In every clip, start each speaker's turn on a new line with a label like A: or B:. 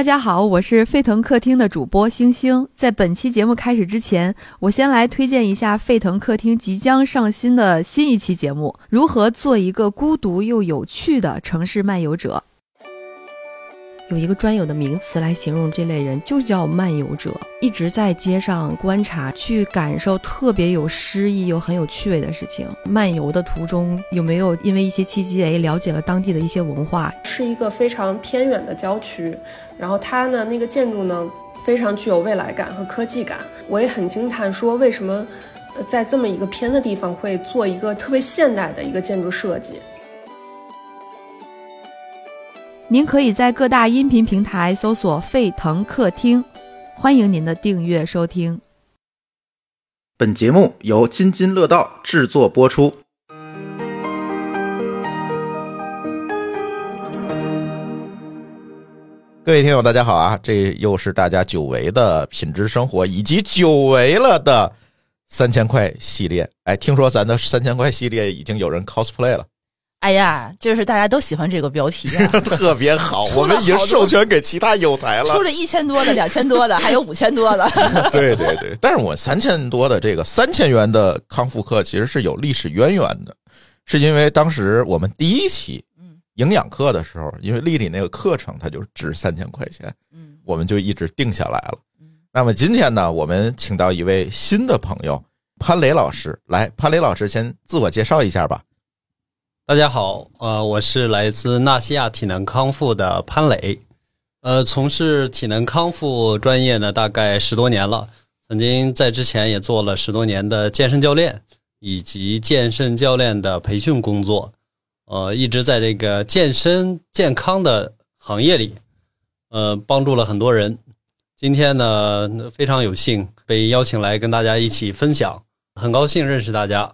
A: 大家好，我是沸腾客厅的主播星星。在本期节目开始之前，我先来推荐一下沸腾客厅即将上新的新一期节目《如何做一个孤独又有趣的城市漫游者》。
B: 有一个专有的名词来形容这类人，就叫漫游者，一直在街上观察，去感受特别有诗意又很有趣味的事情。漫游的途中，有没有因为一些契机，哎，了解了当地的一些文化？
C: 是一个非常偏远的郊区，然后它呢，那个建筑呢，非常具有未来感和科技感。我也很惊叹，说为什么，呃在这么一个偏的地方会做一个特别现代的一个建筑设计？
A: 您可以在各大音频平台搜索“沸腾客厅”，欢迎您的订阅收听。
D: 本节目由津津乐道制作播出。
E: 各位听友，大家好啊！这又是大家久违的品质生活以及久违了的三千块系列。哎，听说咱的三千块系列已经有人 cosplay 了，，
F: 哎呀，就是大家都喜欢这个标题、啊
E: 特 别好，
F: 出了
E: 我们已经
F: 好多
E: 授权给其他友台了
F: 出。了一千多的、两千多的，还有五千多的。
E: 对对对，但是我三千多的这个三千元的康复课其实是有历史渊源的，是因为当时我们第一期
F: 嗯
E: 营养课的时候，因为丽丽那个课程它就是值三千块钱，
F: 嗯
E: 我们就一直定下来了。那么今天呢，我们请到一位新的朋友潘雷老师来，潘雷老师先自我介绍一下吧。
G: 大家好，呃，我是来自纳西亚体能康复的潘磊，呃，从事体能康复专业呢大概十多年了，曾经在之前也做了十多年的健身教练以及健身教练的培训工作，呃，一直在这个健身健康的行业里，呃，帮助了很多人。今天呢，非常有幸被邀请来跟大家一起分享，很高兴认识大家。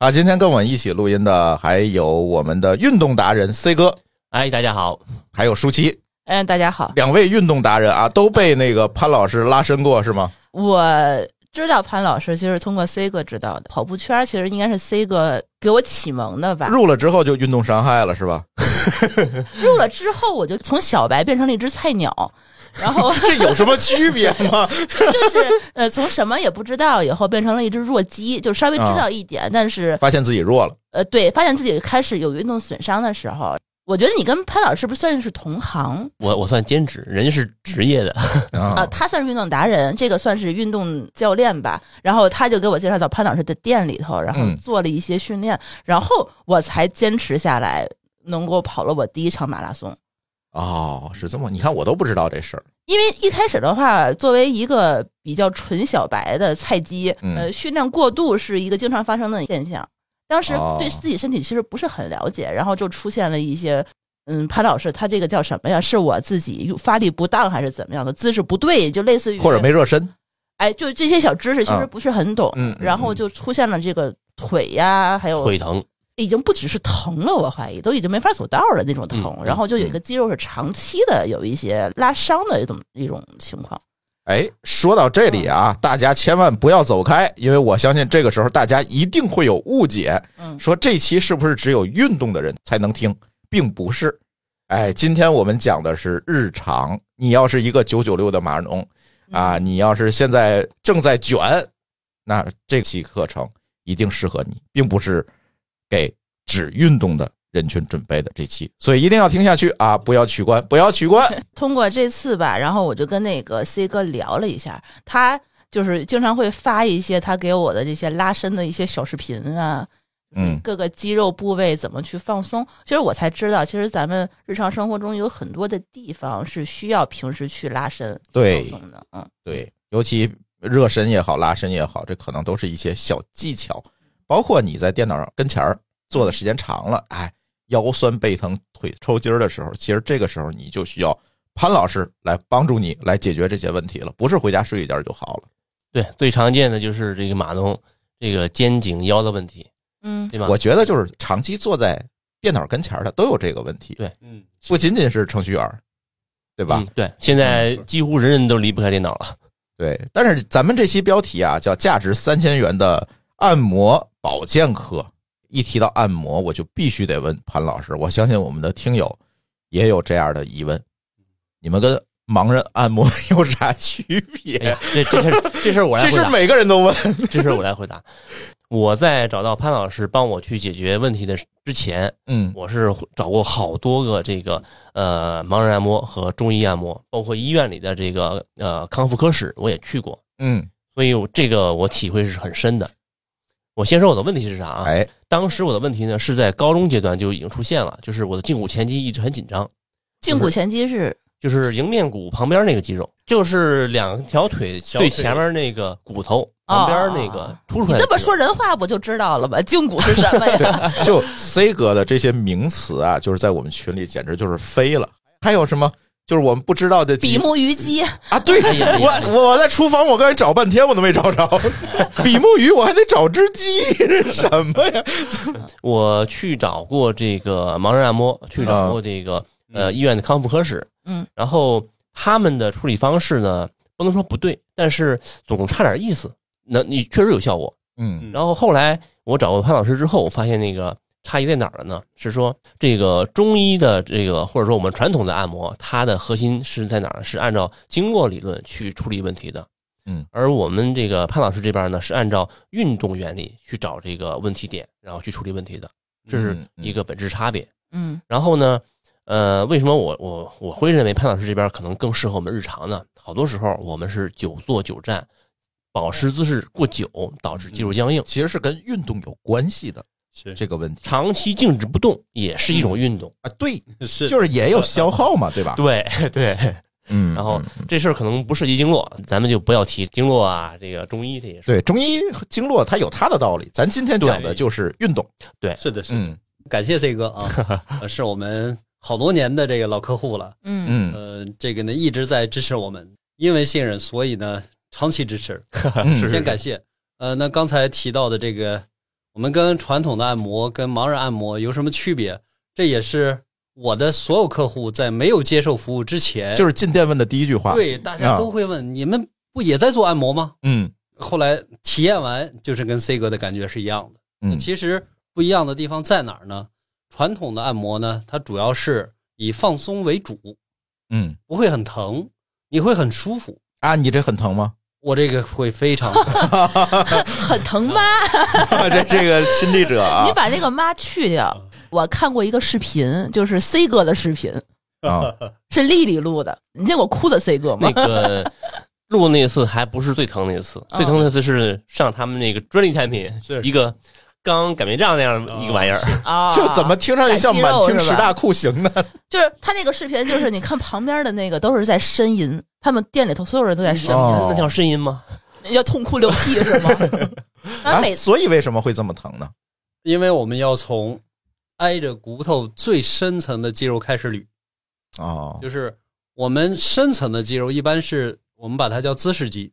E: 啊，今天跟我一起录音的还有我们的运动达人 C 哥，
H: 哎，大家好，
E: 还有舒淇，
I: 哎
F: 嗯，大家好，
E: 两位运动达人啊，都被那个潘老师拉伸过是吗？
I: 我知道潘老师就是通过 C 哥知道的，跑步圈儿其实应该是 C 哥给我启蒙的吧。
E: 入了之后就运动伤害了是 吧？
I: 入了之后，我就从小白变成了一只菜鸟，然后
E: 这有什么区别吗？
I: 就是呃从什么也不知道以后变成了一只弱鸡，就稍微知道一点，但是
E: 发现自己弱了，
I: 呃对，发现自己开始有运动损伤的时候。我觉得你跟潘老师不算是同行
H: 我我算兼职，人家是职业的，
I: 啊、
E: 啊，
I: 他算是运动达人，这个算是运动教练吧。然后他就给我介绍到潘老师的店里头，然后
E: 嗯
I: 做了一些训练，然后我才坚持下来，能够跑了我第一场马拉松。
E: 哦，是这么，你看我都不知道这事儿，
I: 因为一开始的话，作为一个比较纯小白的菜鸡，
E: 嗯
I: 呃，训练过度是一个经常发生的现象。当时
E: 哦
I: 对自己身体其实不是很了解，然后就出现了一些，嗯，潘老师他这个叫什么呀？是我自己用发力不当还是怎么样的？姿势不对，就类似于
E: 或者没热身，
I: 哎，就这些小知识其实
E: 啊
I: 不是很懂，
E: 嗯嗯
I: 然后就出现了这个腿呀、还有
H: 腿疼，
I: 已经不只是疼了，我怀疑都已经没法走道了那种疼，
H: 嗯嗯
I: 然后就有一个肌肉是长期的有一些拉伤的一种一种情况。
E: 哎，说到这里啊，大家千万不要走开，因为我相信这个时候大家一定会有误解，
I: 嗯
E: 说这期是不是只有运动的人才能听，并不是。哎，今天我们讲的是日常，你要是一个九九六的码农啊，你要是现在正在卷，那这期课程一定适合你，并不是给只运动的人群准备的这期，所以一定要听下去啊，不要取关，不要取关。
I: 通过这次吧，然后我就跟那个 C 哥聊了一下，他就是经常会发一些他给我的这些拉伸的一些小视频啊，
E: 嗯
I: 各个肌肉部位怎么去放松。其实我才知道，其实咱们日常生活中有很多的地方是需要平时去拉伸、
E: 对
I: 放松的。嗯，
E: 对，尤其热身也好，拉伸也好，这可能都是一些小技巧，包括你在电脑上跟前儿坐的时间长了，哎，腰酸背疼、腿抽筋儿的时候，其实这个时候你就需要潘老师来帮助你来解决这些问题了，不是回家睡一觉就好了。
H: 对，最常见的就是这个马东这个肩颈腰的问题，
I: 嗯，
H: 对吧？
E: 我觉得就是长期坐在电脑跟前儿的都有这个问题，
H: 对嗯
G: 嗯，
E: 不仅仅是程序员，对
H: 对
E: 吧？
H: 对，现在几乎人人都离不开电脑了。
E: 对，但是咱们这期标题啊，叫“价值三千元的按摩保健课”。一提到按摩，我就必须得问潘老师，我相信我们的听友也有这样的疑问：你们跟盲人按摩有啥区别？
H: 哎呀，这这事儿这事儿哎我来
E: 这
H: 回
E: 事
H: 答
E: 儿。每个人都问。
H: 这事儿我来回答。我在找到潘老师帮我去解决问题的之前，
E: 嗯
H: 我是找过好多个这个呃盲人按摩和中医按摩，包括医院里的这个呃康复科室，我也去过，
E: 嗯，
H: 所以我这个我体会是很深的。我先说我的问题是啥啊？
E: 哎，
H: 当
I: 嗯
H: 时我的问题呢是在高中阶段就已经出现了，就是我的胫骨前肌一直很紧张，
I: 胫骨前肌是
H: 就是迎面骨旁边那个肌肉，就是两条腿最前面那个骨头
I: 哦
H: 旁边那个凸出
I: 你
H: 来的肌肉。
I: 这么说人话不就知道了吗？胫骨是什 么呀？
E: 就 C 哥的这些名词啊，就是在我们群里简直就是飞了。还有什么？就是我们不知道的几
I: 比目鱼 肌，
E: 啊，对
H: 哎呀哎呀
E: 我我在厨房，我刚才找半天我都没找 着比目鱼，我还得找只鸡，这什么呀？
H: 我去找过这个盲人按摩，去找过这个、呃医院的康复科室，
I: 嗯，
H: 然后他们的处理方式呢，不能说不对，但是总差点意思。那你确实有效果。
E: 嗯
H: 然后后来我找过潘老师之后，我发现那个差异在哪儿了呢？是说这个中医的这个或者说我们传统的按摩，它的核心是在哪儿？是按照经络理论去处理问题的。
E: 嗯，
H: 而我们这个潘老师这边呢，是按照运动原理去找这个问题点，然后去处理问题的，
E: 嗯
H: 这是一个本质差别。
I: 嗯，
H: 然后呢，呃，为什么我我我会认为潘老师这边可能更适合我们日常呢？好多时候我们是久坐久站，保持姿势过久，导致肌肉僵硬。
E: 其实是跟运动有关系的
G: 是嗯
E: 这个问题
H: 长期静止不动也是一种运动。
E: 啊，对，
G: 是
E: 就是也有消耗嘛，对吧？
H: 对 对，
E: 嗯，
H: 然后
E: 嗯嗯
H: 这事儿可能不涉及经络，咱们就不要提经络啊，这个中医这些事儿。
E: 对中医经络它有它的道理，咱今天讲的就是运动。
G: 是的，是的，
E: 嗯
G: 感谢 C 哥啊， 呃是我们好多年的这个老客户了，
I: 嗯，
E: 嗯，
G: 呃，这个呢一直在支持我们，因为信任，所以呢长期 支持，
E: 嗯
G: 先感谢。呃，那刚才提到的这个，我们跟传统的按摩跟盲人按摩有什么区别？这也是我的所有客户在没有接受服务之前，
E: 就是啊是进店问的第一句话。，
G: 对大家都会问、你们不也在做按摩吗？
E: 嗯
G: 后来体验完，就是跟 C 哥的感觉是一样的。
E: 嗯，
G: 其实不一样的地方在哪儿呢？传统的按摩呢，它主要是以放松为主，
E: 嗯
G: 不会很疼，你会很舒服。
E: 啊，你这很疼 吗？
G: 我这个会非常疼
I: 很疼妈，
E: 这这个亲历者啊
I: 你把那个妈去掉。我看过一个视频，就是 C 哥的视频，
E: 啊，
I: 是丽丽录的。你见过哭的 C 哥吗
H: 那？个录那次还不是最疼那次，
I: 啊
H: 最疼那次是上他们那个专利产品，
G: 是哦
H: 一个钢擀面杖那样一个玩意儿。
I: 啊，
E: 就怎么听上去像满清十大酷刑呢？
I: 就是他那个视频，就是你看旁边的那个都是在呻吟，他们店里头所有人都在呻
E: 哦
I: 吟，
H: 那那叫呻吟吗？
I: 那叫痛哭流涕是吗？然
E: 啊
I: 后，每次
E: 所以为什么会这么疼呢？
G: 因为我们要从挨着骨头最深层的肌肉开始捋，
E: 哦，
G: 就是我们深层的肌肉一般是我们把它叫姿势肌。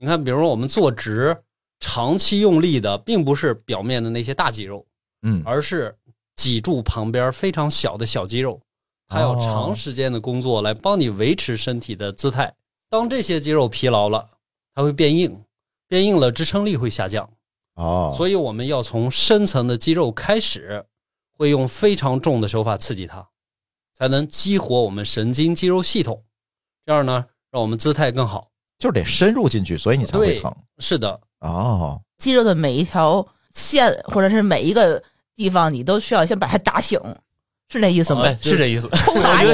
G: 你看，比如说我们坐直，长期用力的并不是表面的那些大肌肉，
E: 嗯
G: 而是脊柱旁边非常小的小肌肉，它要
E: 哦
G: 长时间的工作来帮你维持身体的姿态。当这些肌肉疲劳了，它会变硬，变硬了支撑力会下降，
E: 哦，
G: 所以我们要从深层的肌肉开始，会用非常重的手法刺激它，才能激活我们神经肌肉系统，这样呢，让我们姿态更好。
E: 就是得深入进去，所以你才会
G: 对
E: 疼。
G: 是的，
E: 哦，
I: 肌肉的每一条线或者是每一个地方，你都需要先把它打醒，是那意思吗？
H: 哎，是这意思。
I: 冲打醒，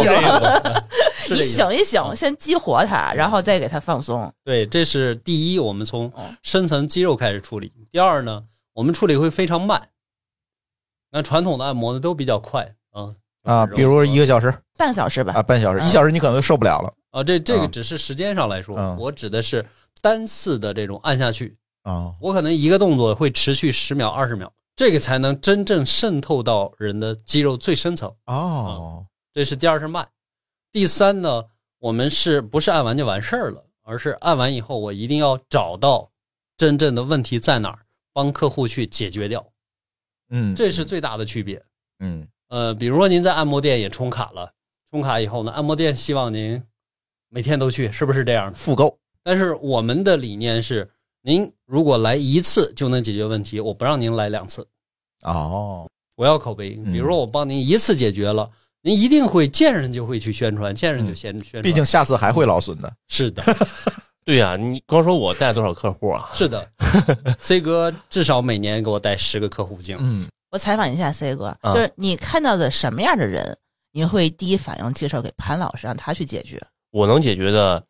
G: 是
I: 你
G: 这意思。
I: 醒一醒，先激活它，然后再给它放松。
G: 对，这是第一，我们从
I: 哦
G: 深层肌肉开始处理。第二呢，我们处理会非常慢。那传统的按摩呢都比较快啊
E: 啊，比如一个小时
I: 半个小时吧，
E: 啊，半
G: 嗯
E: 小时，一小时你可能就受不了了
G: 啊，这这
E: 啊
G: 个只是时间上来说，
E: 啊
G: 我指的是单次的这种按下去，
E: 啊。
G: 我可能一个动作会持续十秒、二十秒，这个才能真正渗透到人的肌肉最深层。
E: 哦，
G: 这是第二是慢。第三呢，我们是不是按完就完事儿了，而是按完以后，我一定要找到真正的问题在哪儿，帮客户去解决掉，
E: 嗯，
G: 这是最大的区别。
E: 嗯
G: 呃，比如说您在按摩店也充卡了，充卡以后呢，按摩店希望您每天都去，是不是这样的？
E: 复购
G: 但是我们的理念是，您如果来一次就能解决问题，我不让您来两次。
E: 哦，
G: 我要口碑。
E: 嗯
G: 比如说我帮您一次解决了，您一定会见人就会去宣传，见人就先宣传。
E: 嗯毕竟下次还会劳损的。
G: 是的，
H: 对呀、你光说我带了多少客户啊？
G: 是的，C 哥至少每年给我带十个客户进。
E: 嗯，
I: 我采访一下 C 哥，
H: 啊
I: 就是你看到的什么样的人，你会第一反应介绍给潘老师，让他去解决？
H: 我能解决的，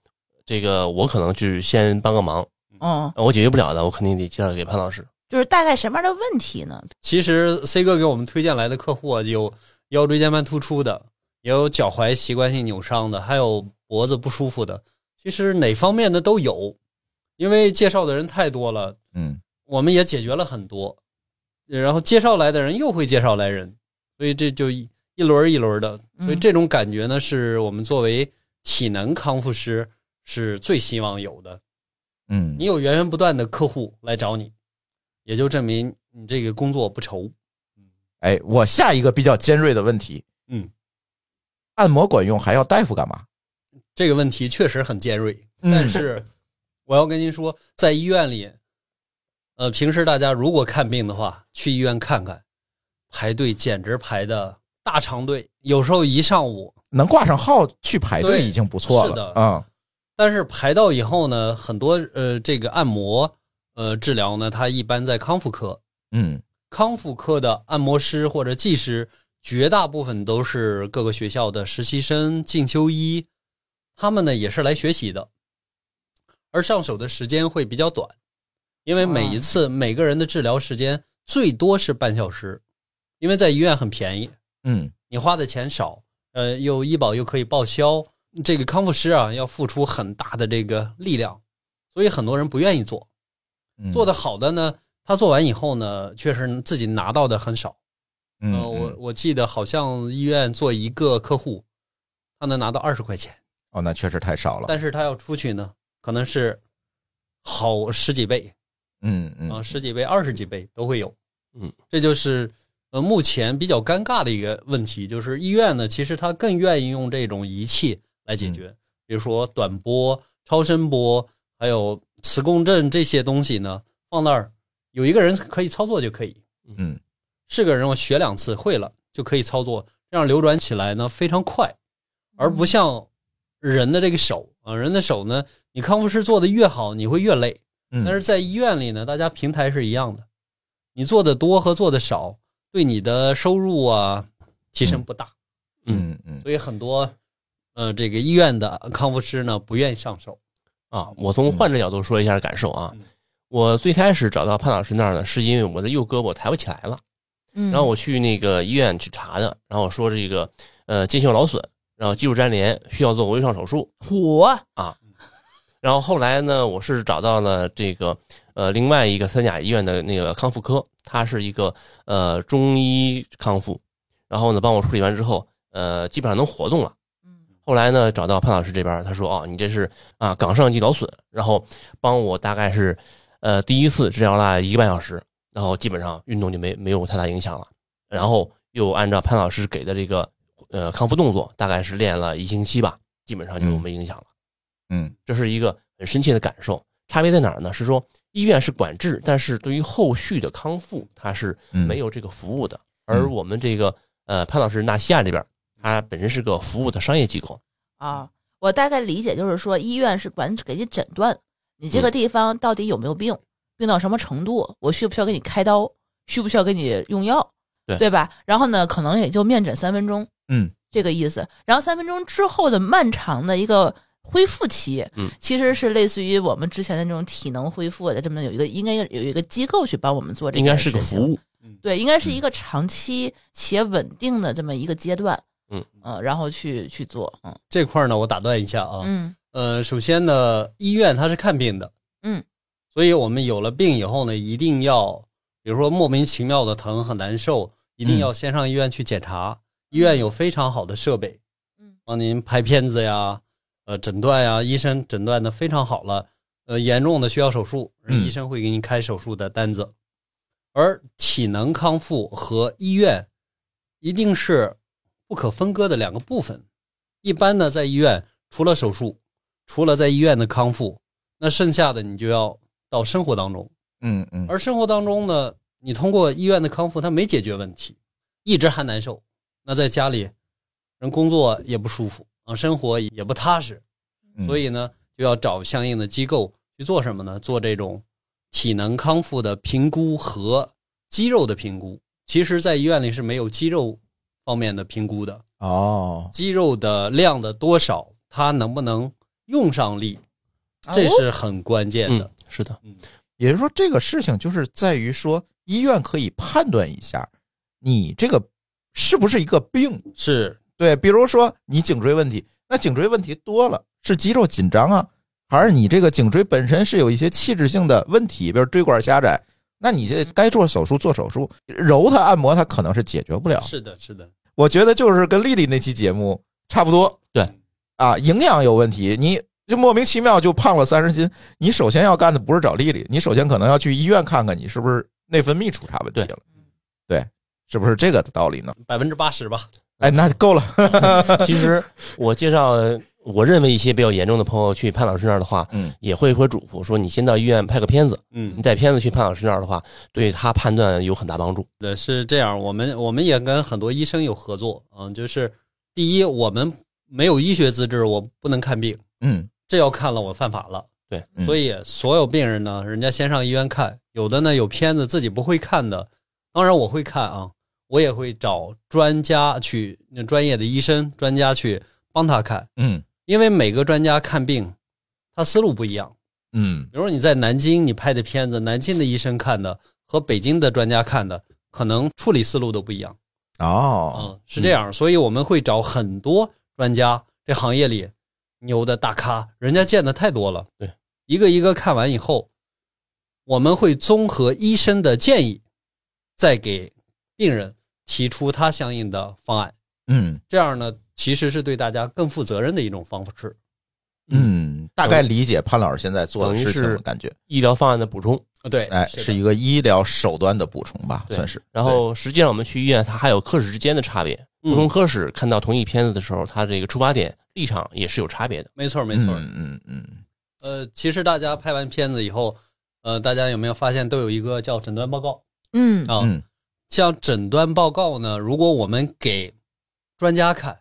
H: 这个我可能去先帮个忙，
I: 嗯，
H: 我解决不了的，我肯定得介绍给潘老师。
I: 就是大概什么样的问题呢？
G: 其实 C 哥给我们推荐来的客户啊，有腰椎间盘突出的，也有脚踝习惯性扭伤的，还有脖子不舒服的。其实哪方面的都有，因为介绍的人太多了，
E: 嗯，
G: 我们也解决了很多。然后介绍来的人又会介绍来人，所以这就一一轮儿一轮儿的。
I: 嗯
G: 所以这种感觉呢，是我们作为体能康复师是最希望有的。
E: 嗯
G: 你有源源不断的客户来找你，也就证明你这个工作不愁。
E: 哎，我下一个比较尖锐的问题，
G: 嗯，
E: 按摩管用还要大夫干嘛？
G: 这个问题确实很尖锐，
E: 嗯
G: 但是我要跟您说，在医院里，呃，平时大家如果看病的话，去医院看看，排队简直排的大长队，有时候一上午。
E: 能挂上号去排队
G: 对
E: 已经不错
G: 是
E: 了
G: 的
E: 啊、
G: 但是排到以后呢，很多呃，这个按摩呃治疗呢，它一般在康复科，
E: 嗯。
G: 康复科的按摩师或者技师，绝大部分都是各个学校的实习生、进修医，他们呢也是来学习的，而上手的时间会比较短，因为每一次每个人的治疗时间最多是半小时，因为在医院很便宜，
E: 嗯
G: 你花的钱少，呃，又医保又可以报销，这个康复师啊要付出很大的这个力量，所以很多人不愿意做。
E: 嗯，
G: 做的好的呢，他做完以后呢，确实自己拿到的很少。
E: 嗯，
G: 呃，
E: 嗯
G: 我我记得好像医院做一个客户，他能拿到二十块钱，
E: 哦，那确实太少了。
G: 但是他要出去呢，可能是好十几倍
E: 嗯嗯
G: 啊、十几倍、二十几倍都会有。
H: 嗯，
G: 这就是呃目前比较尴尬的一个问题，就是医院呢，其实他更愿意用这种仪器
E: 嗯
G: 来解决，比如说短波、超声波，还有磁共振这些东西呢，放那儿有一个人可以操作就可以。
E: 嗯，
G: 是个人我学两次会了就可以操作，这样流转起来呢非常快，而不像人的这个手啊，人的手呢，你康复师做的越好，你会越累。
E: 嗯，
G: 但是在医院里呢，大家平台是一样的，你做的多和做的少，对你的收入啊提升不大，
E: 嗯嗯
G: 所以很多呃这个医院的康复师呢不愿意上手。
H: 啊，我从患者角度说一下感受啊。
G: 嗯
H: 我最开始找到潘老师那儿呢，是因为我的右胳膊抬不起来了，
I: 嗯，
H: 然后我去那个医院去查的，然后说这个呃腱鞘劳损，然后肌肉粘连，需要做微创手术。啊
I: 我
H: 然后后来呢，我是找到了这个呃另外一个三甲医院的那个康复科，他是一个呃中医康复，然后呢帮我处理完之后，呃基本上能活动了。后来呢找到潘老师这边，他说哦你这是啊冈上肌劳损，然后帮我大概是呃第一次治疗了一个半小时，然后基本上运动就没没有太大影响了，然后又按照潘老师给的这个呃康复动作，大概是练了一星期吧，基本上就
E: 嗯
H: 没影响了。
E: 嗯
H: 这是一个很深切的感受。差别在哪儿呢？是说医院是管制，但是对于后续的康复，它是
E: 嗯，
H: 没
E: 有
H: 有这个服务的。
E: 嗯
H: 而我们这个呃潘老师纳西亚这边，它本身是个服务的商业机构，嗯
I: 啊，我大概理解就是说，医院是管给你诊断，你这个
H: 嗯
I: 地方到底有没有病，病到什么程度，我需不需要给你开刀，需不需要给你用药，
H: 对
I: 吧？然后呢，可能也就面诊三分钟，
E: 嗯，
I: 这个意思。然后三分钟之后的漫长的一个恢复期，
H: 嗯，
I: 其实是类似于我们之前的那种体能恢复的这么有一个应该有一个机构去帮我们做这
H: 应该是个
I: 件事情
H: 服务。嗯
I: 对，应该是一个长期且稳定的这么一个阶段，
H: 嗯
I: 呃然后去去做，嗯
G: 这块儿呢，我打断一下啊，
I: 嗯
G: 呃，首先呢，医院它是看病的，
I: 嗯，
G: 所以我们有了病以后呢，一定要，比如说莫名其妙的疼很难受，一定要先上医院去检查。医院有非常好的设备，
I: 嗯，
G: 帮您拍片子呀，呃，诊断呀，医生诊断的非常好了。呃，严重的需要手术，
E: 嗯
G: 医生会给你开手术的单子。而体能康复和医院一定是不可分割的两个部分。一般呢，在医院除了手术，除了在医院的康复，那剩下的你就要到生活当中。
E: 嗯嗯
G: 而生活当中呢，你通过医院的康复，它没解决问题，一直还难受。那在家里，人工作也不舒服啊，生活也不踏实，
E: 嗯
G: 所以呢，就要找相应的机构去做什么呢？做这种体能康复的评估和肌肉的评估。其实，在医院里是没有肌肉方面的评估的，
E: 哦，
G: 肌肉的量的多少，它能不能用上力，这是很关键的。
H: 嗯，是的，
E: 也就是说，这个事情就是在于说，医院可以判断一下你这个是不是一个病。
G: 是
E: 对，比如说你颈椎问题，那颈椎问题多了是肌肉紧张啊，还是你这个颈椎本身是有一些器质性的问题，比如椎管狭窄，那你这该做手术做手术，揉它按摩它可能是解决不了。
G: 是的，是的，
E: 我觉得就是跟丽丽那期节目差不多。
H: 对，
E: 啊，营养有问题，你就莫名其妙就胖了三十斤。你首先要干的不是找丽丽，你首先可能要去医院看看你是不是内分泌出啥问题了。对，是不是这个道理呢？
G: 百分之八十吧。
E: 哎，那就够了。
H: 其实我介绍我认为一些比较严重的朋友去潘老师那儿的话，
E: 嗯，
H: 也会会嘱咐说，你先到医院拍个片子，
G: 嗯
H: 你，带片子去潘老师那儿的话，对他判断有很大帮助。
G: 对，是这样。我们我们也跟很多医生有合作，嗯，就是第一，我们没有医学资质，我不能看病，
E: 嗯，
G: 这要看了我犯法了。
H: 对
E: 嗯
G: 所以所有病人呢，人家先上医院看，有的呢有片子自己不会看的，当然我会看啊，我也会找专家去，那专业的医生专家去帮他看，
E: 嗯
G: 因为每个专家看病，他思路不一样。
E: 嗯
G: 比如说你在南京你拍的片子，南京的医生看的和北京的专家看的，可能处理思路都不一样。
E: 哦，
G: 嗯，是这样，所以我们会找很多专家，这行业里牛的大咖，人家见的太多了。
H: 对，
G: 一个一个看完以后，我们会综合医生的建议，再给病人提出他相应的方案。
E: 嗯
G: 这样呢，其实是对大家更负责任的一种方式。
E: 嗯，大概理解潘老师现在做的事情
H: 等于
E: 的
H: 是
E: 感觉。
H: 医疗方案的补充，
G: 啊，对，
E: 哎，
G: 是
E: 是一个医疗手段的补充吧，
H: 对
E: 算是。
H: 然后实际上我们去医院，它还有科室之间的差别。不同
G: 嗯，
H: 科室看到同一片子的时候，它这个出发点立场也是有差别的。
G: 没错，没
E: 对，
G: 错。
E: 嗯嗯嗯，
G: 呃，其实大家拍完片子以后，呃，大家有没有发现都有一个叫诊断报告
I: 嗯
G: 啊？
E: 嗯
G: 像诊断报告呢，如果我们给专家看，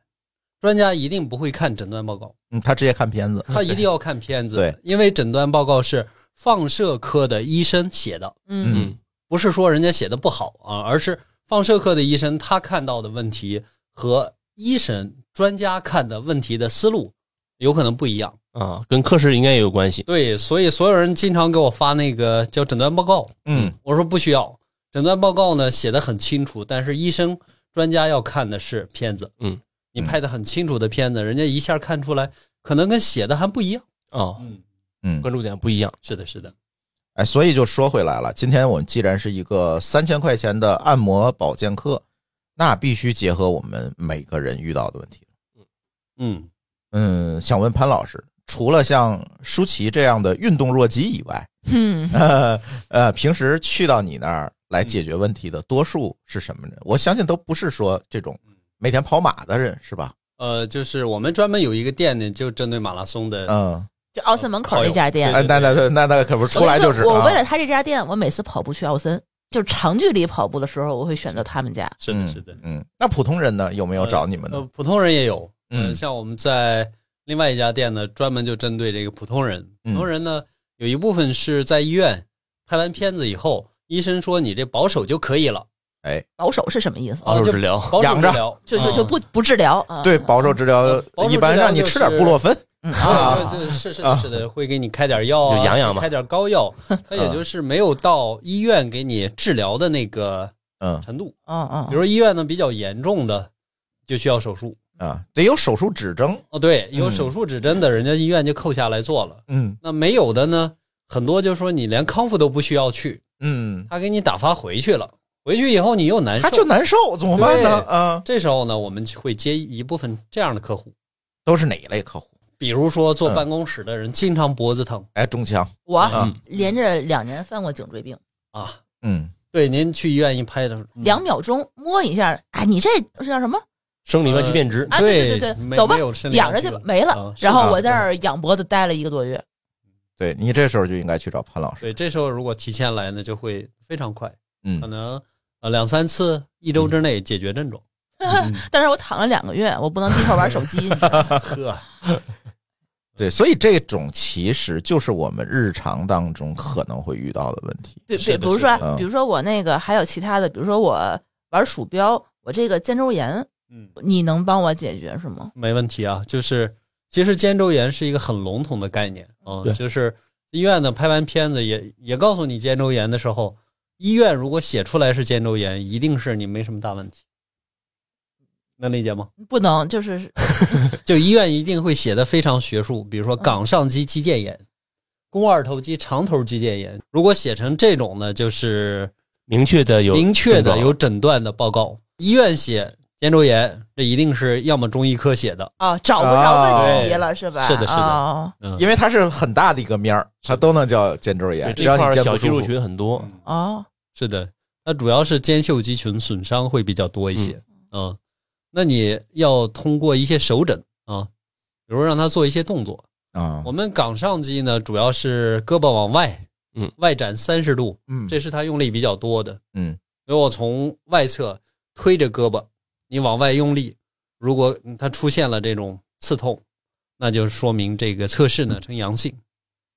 G: 专家一定不会看诊断报告，
E: 嗯，他直接看片子。
G: 他一定要看片子，
E: 对，
G: 因为诊断报告是放射科的医生写的，
I: 嗯
G: 不是说人家写的不好啊，而是放射科的医生他看到的问题和医生专家看的问题的思路有可能不一样。
H: 啊，跟科室应该也有关系。
G: 对，所以所有人经常给我发那个叫诊断报告，
E: 嗯
G: 我说不需要。诊断报告呢写的很清楚，但是医生专家要看的是片子。
H: 嗯，
G: 你拍的很清楚的片子，人家一下看出来，可能跟写的还不一样。
H: 啊，
G: 嗯，
E: 嗯，
H: 关注点不一样。
G: 是的，是的，
E: 哎，所以就说回来了，今天我们既然是一个三千块钱的按摩保健课，那必须结合我们每个人遇到的问题。
G: 嗯，
E: 嗯，想问潘老师，除了像舒淇这样的运动弱鸡以外，
I: 嗯，
E: 呃，呃平时去到你那儿来解决问题的多数是什么人？我相信都不是说这种每天跑马的人，是吧？
G: 呃，就是我们专门有一个店呢，就针对马拉松的。
E: 嗯，
I: 就奥森门口那家店。
E: 哎，那那那那那可不是出来就是
I: 我跟你说我为了
E: 啊，
I: 他这家店，我每次跑步去奥森，就是长距离跑步的时候，我会选择他们家。
G: 是的，是的。
E: 嗯，嗯，那普通人呢有没有找你们
G: 呃
E: 呢？，
G: 普通人也有。
E: 嗯
G: 嗯，像我们在另外一家店呢，专门就针对这个普通人。
E: 嗯
G: 普通人呢，有一部分是在医院拍完片子以后，医生说你这保守就可以了，
I: 保啊守是什么意思？
H: 保守治疗，
G: 保守
E: 养
G: 治
E: 着
G: 疗，
I: 就就就
G: 嗯
I: 不不治疗啊？
E: 哦对，保守治疗
G: 呃保守
E: 一
G: 治
E: 般
G: 疗
E: 让你
G: 就
E: 吃点
G: 是
E: 布洛芬。
I: 嗯
E: 啊
G: 啊，对对是是的，是的，会给你开点药啊，
H: 就养养嘛
G: 开点膏药，它也就是没有到医院给你治疗的那个
E: 嗯
G: 程度。
I: 嗯嗯，
G: 比如说医院呢比较严重的，就需要手术。
E: 啊，得有手术指征。
G: 哦，对，有
E: 嗯
G: 手术指针的，人家医院就扣下来做了。
E: 嗯
G: 那没有的呢，很多就说你连康复都不需要去，
E: 嗯，
G: 他给你打发回去了，回去以后你又难受。
E: 他就难受，怎么办呢？啊，
G: 这时候呢，我们就会接一部分这样的客户，
E: 都是哪一类客户？
G: 比如说
E: 嗯
G: 坐办公室的人，经常脖子疼
E: 哎，中枪。
I: 我
E: 嗯
I: 连着两年犯过颈椎病，
G: 啊。
E: 嗯
G: 对，您去医院一拍的时候，嗯
I: 两秒钟摸一下，哎，你这是叫什么？
H: 生理外区变质，
I: 啊，
G: 对
I: 对对
G: 没
I: 对，走吧
G: 没有，生理
I: 养
G: 外
I: 着
G: 区
I: 去
G: 了
I: 吧，没了
G: 啊。是
I: 然后
E: 的
I: 我在那儿养脖子待了一个多月。
E: 对你这时候就应该去找潘老师。
G: 对，这时候如果提前来呢，就会非常快，可
E: 嗯
G: 能呃两三次，一周之内解决症状。
I: 但是我躺了两个月，我不能低头玩手机，你知道吗
E: 呵，对，所以这种其实就是我们日常当中可能会遇到的问题。
I: 比比
H: 是的
I: 比如
H: 是的
I: 说，比如说我那个还有其他的，比如说我玩鼠标，我这个肩周炎，
G: 嗯，
I: 你能帮我解决是吗？
G: 没问题啊。就是其实肩周炎是一个很笼统的概念啊、
H: 对
G: 就是医院呢拍完片子也也告诉你肩周炎的时候，医院如果写出来是肩周炎，一定是你没什么大问题。能理解吗？
I: 不能，就是
G: 就医院一定会写的非常学术，比如说冈上肌肌腱炎、肱二头肌长头肌腱炎，如果写成这种呢，就是
H: 明确的有
G: 明确的
H: 症状
G: 有诊断的报告。医院写肩周炎，这一定是要么中医科写的，
I: 啊，找不着问题
E: 啊
I: 了是吧？
G: 是的是的
I: 哦
G: 嗯，
E: 因为它是很大的一个面儿，它都能叫肩周炎
H: 对，
E: 只
H: 这
E: 要
H: 块
E: 你
H: 儿
E: 肩
H: 小
E: 不
H: 肌肉
E: 舒服。
H: 群很多，
I: 哦，
G: 是的，它主要是肩袖肌群损伤会比较多一些。嗯那你要通过一些手诊啊，比如让他做一些动作。
E: 啊
G: 我，们冈上肌呢，主要是胳膊往外，
H: 嗯，
G: 外展三十度，
E: 嗯，
G: 这是它用力比较多的。
E: 嗯，
G: 如果从外侧推着胳膊，你往外用力，如果嗯它出现了这种刺痛，那就说明这个测试呢呈阳性。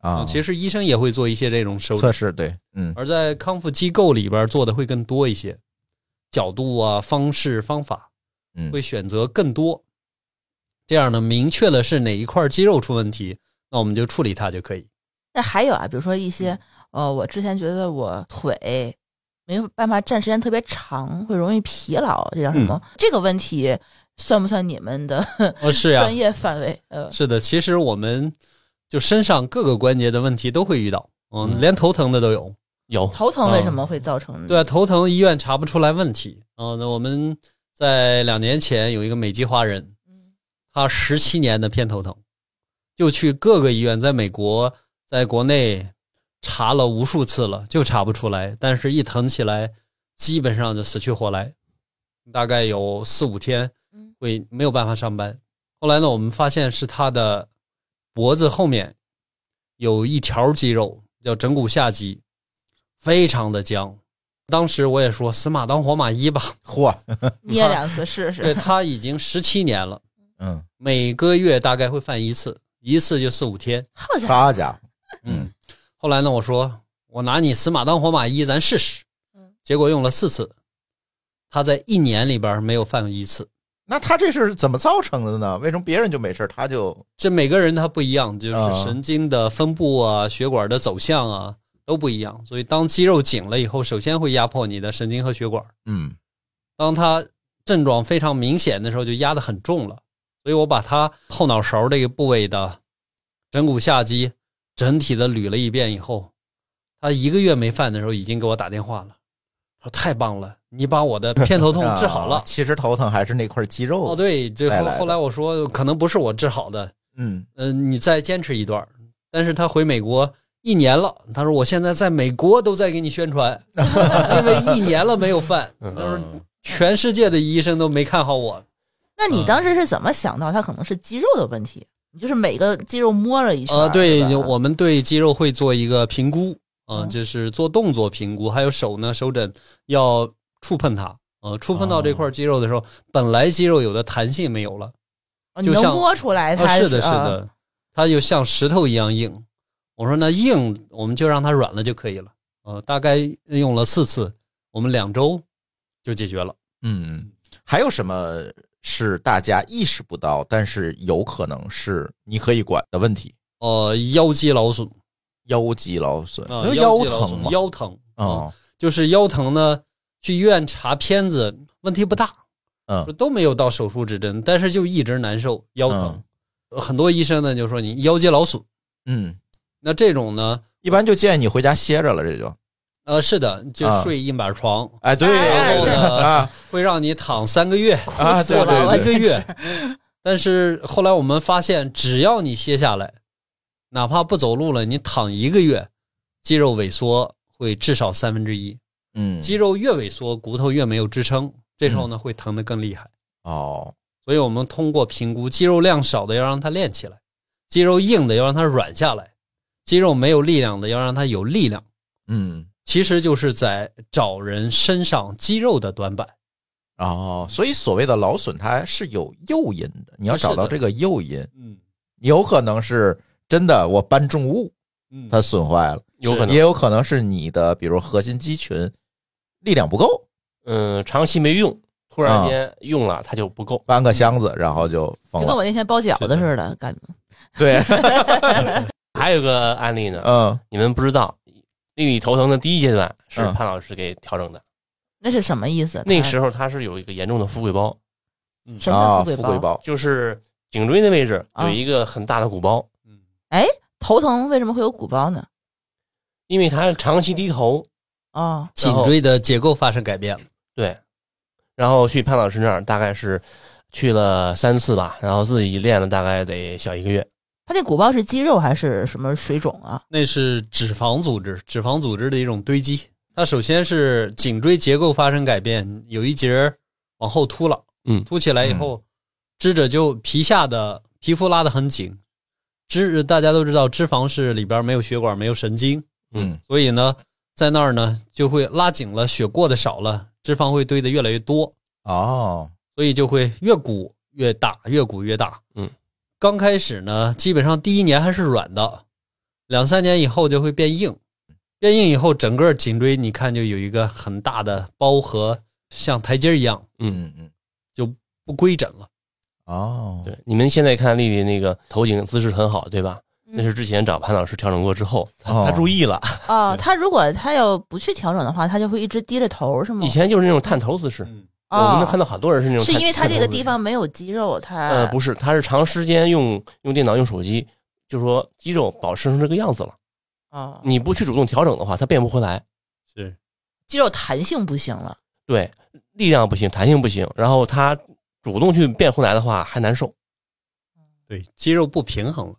E: 嗯啊，
G: 其实医生也会做一些这种手
E: 测
G: 诊，
E: 试对，嗯
G: 而在康复机构里边做的会更多一些，角度啊、方式、方法
E: 嗯
G: 会选择更多。这样呢，明确了是哪一块肌肉出问题，那我们就处理它就可以。
I: 那还有啊，比如说一些呃，我之前觉得我腿没有办法站时间特别长，会容易疲劳，这叫什么？
G: 嗯
I: 这个问题算不算你们 的
G: 哦，是呀、
I: 专业范围？呃，
G: 是的，其实我们就身上各个关节的问题都会遇到，嗯，连头疼的都有。
H: 有
I: 头疼为
G: 啊
I: 什么会造成？
G: 对啊，头疼医院查不出来问题。嗯、那我们在两年前有一个美籍华人，他十七年的偏头疼，就去各个医院，在美国，在国内查了无数次了，就查不出来。但是，一疼起来，基本上就死去活来，大概有四五天
I: 嗯
G: 会没有办法上班。后来呢，我们发现是他的脖子后面有一条肌肉叫枕骨下肌，非常的僵。当时我也说死马当活马 医吧，
E: 嚯，
I: 捏两次试试。
G: 对他已经十七年了，
E: 嗯，
G: 每个月大概会犯一次，一次就四五天。
I: 好家伙，
E: 好家伙， 嗯，
G: 后来呢，我说我拿你死马当活马医，咱试试
I: 嗯。
G: 结果用了四次，他在一年里边没有犯一次。
E: 那他这是怎么造成的呢？为什么别人就没事儿，他就
G: 这每个人他不一样，就
E: 啊
G: 是神经的分布啊、血管的走向啊都不一样。所以当肌肉紧了以后，首先会压迫你的神经和血管。
E: 嗯
G: 当他症状非常明显的时候，就压得很重了。所以我把他后脑勺这个部位的枕骨下肌整体的捋了一遍以后，他一个月没犯的时候已经给我打电话了，说太棒了，你把我的 偏头痛治好
E: 啊
G: 了。
E: 其实头疼还是那块肌肉。
G: 哦，，对，这
E: 带
G: 后
E: 来的
G: 后来我说可能不是我治好的，
E: 嗯，
G: 嗯、你再坚持一段儿。但是他回美国一年了，他说我现在在美国都在给你宣传， 因为一年了没有犯，
I: 嗯
G: 他说全世界的医生都没看好我。
I: 那
G: 嗯
I: 你当时是怎么想到它可能是肌肉的问题？你就是每个肌肉摸了一圈儿。
G: 呃，对
I: 是，吧
G: 就我们对肌肉会做一个评估，啊、
I: 嗯
G: 就是做动作评估，还有手呢，手诊要触碰它，呃，触碰到这块肌肉的时候，本来肌肉有的弹性没有了，
I: 哦你
G: 就
I: 能
G: 像
I: 摸出来
G: 哦，
I: 它
G: 是的，是
I: 啊
G: 的，它就像石头一样硬。我说那硬，我们就让它软了就可以了。呃，大概用了四次，我们两周就解决了。
E: 嗯，还有什么是大家意识不到，但是有可能是你可以管的问题？
G: 呃，腰肌劳损，
E: 腰肌劳损，
G: 啊、
E: 那
G: 腰肌劳
E: 疼
G: 损
E: 嘛？
G: 腰疼啊、
E: 哦，
G: 就是腰疼呢，去医院查片子问题不大，
E: 嗯
G: 都没有到手术指针，但是就一直难受，腰疼。呃很多医生呢就说你腰肌劳损，
E: 嗯，
G: 那这种呢，
E: 一般就建议你回家歇着了，这就。
G: 呃，是的，就
E: 啊
G: 睡硬板床，
E: 哎，对，
G: 然后呢
E: 啊
G: 会让你躺三个月，
E: 啊，对
I: 哭死了
E: 对
I: 我
E: 对
G: 一个月。 但是后来我们发现，只要你歇下来，哪怕不走路了，你躺一个月，肌肉萎缩会至少三分之一。
E: 嗯，
G: 肌肉越萎缩，骨头越没有支撑，这时候呢会疼得更厉害。
E: 哦，
G: 所以我们通过评估肌肉量少的要让它练起来，肌肉硬的要让它软下来，肌肉没有力量的要让它有力量。
E: 嗯
G: 其实就是在找人身上肌肉的短板，
E: 哦，所以所谓的劳损，它是有诱因的，你要找到
G: 啊是的
E: 这个诱因，
G: 嗯
E: 有可能是真的我搬重物
G: 嗯，
E: 它损坏了，
H: 有可能
E: 也，有可能是你的比如核心肌群力量不够，
H: 嗯，长期没用，突
I: 啊
H: 然间用了它就不够。
E: 搬个箱子然后就疯
I: 就跟
E: 了。
I: 我那天包饺子似的，感觉
E: 对，
H: 还有个案 例呢，
E: 嗯，
H: 你们不知道，丽丽头疼的第一阶段是
E: 嗯
H: 潘老师给调整的，
I: 那是什么意思？
H: 那
I: 他
H: 时候她是有一个严重的富贵包，
I: 什
E: 啊，
I: 么叫
E: 富
I: 富贵包？
E: 包，
H: 就是颈椎的位置
I: 啊
H: 有一个很大的鼓包，
G: 嗯
I: 头疼为什么会有鼓包呢？
H: 因为她长期低头，
I: 哦，
G: 颈椎的结构发生改变了，
H: 对，然后去潘老师那儿大概是去了三次吧，然后自己练了大概得小一个月，
I: 他那鼓包是肌肉还是什么水肿啊？
G: 那是脂肪组织，脂肪组织的一种堆积。它首先是颈椎结构发生改变，有一节儿往后凸了，
H: 嗯
G: 凸起来以后，支着就皮下的皮肤拉得很紧。脂大家都知道，脂肪是里边没有血管、没有神经，
E: 嗯
G: 所以呢，在那儿呢就会拉紧了，血过得少了，脂肪会堆得越来越多。
E: 哦，
G: 所以就会越鼓越大，越鼓越大。
H: 嗯，
G: 刚开始呢，基本上第一年还是软的，两三年以后就会变硬，变硬以后整个颈椎你看就有一个很大的包和像台阶一样
E: 嗯嗯，
G: 不规整了。
E: 哦，
H: 对，你们现在看丽丽那个头颈姿势很好，对吧？
I: 嗯
H: 那是之前找潘老师调整过之后，她
E: 哦
H: 她注意了，
I: 哦，他如果他要不去调整的话，他就会一直低着头，是吗？
H: 以前就是那种探头姿势，
G: 嗯，
H: 我们
I: 哦
H: 能看到很多人是那种
I: 是
H: 探，
I: 因为他这个
H: 探头姿势
I: 地方没有肌肉，他
H: 呃，不是，他是长时间用用电脑、用手机，就说肌肉保持成这个样子了。
I: 哦，
H: 你不去主动调整的话，它变不回来。
G: 是
I: 肌肉弹性不行了。
H: 对，力量不行，弹性不行，然后他主动去变回来的话还难受。
G: 对，肌肉不平衡了。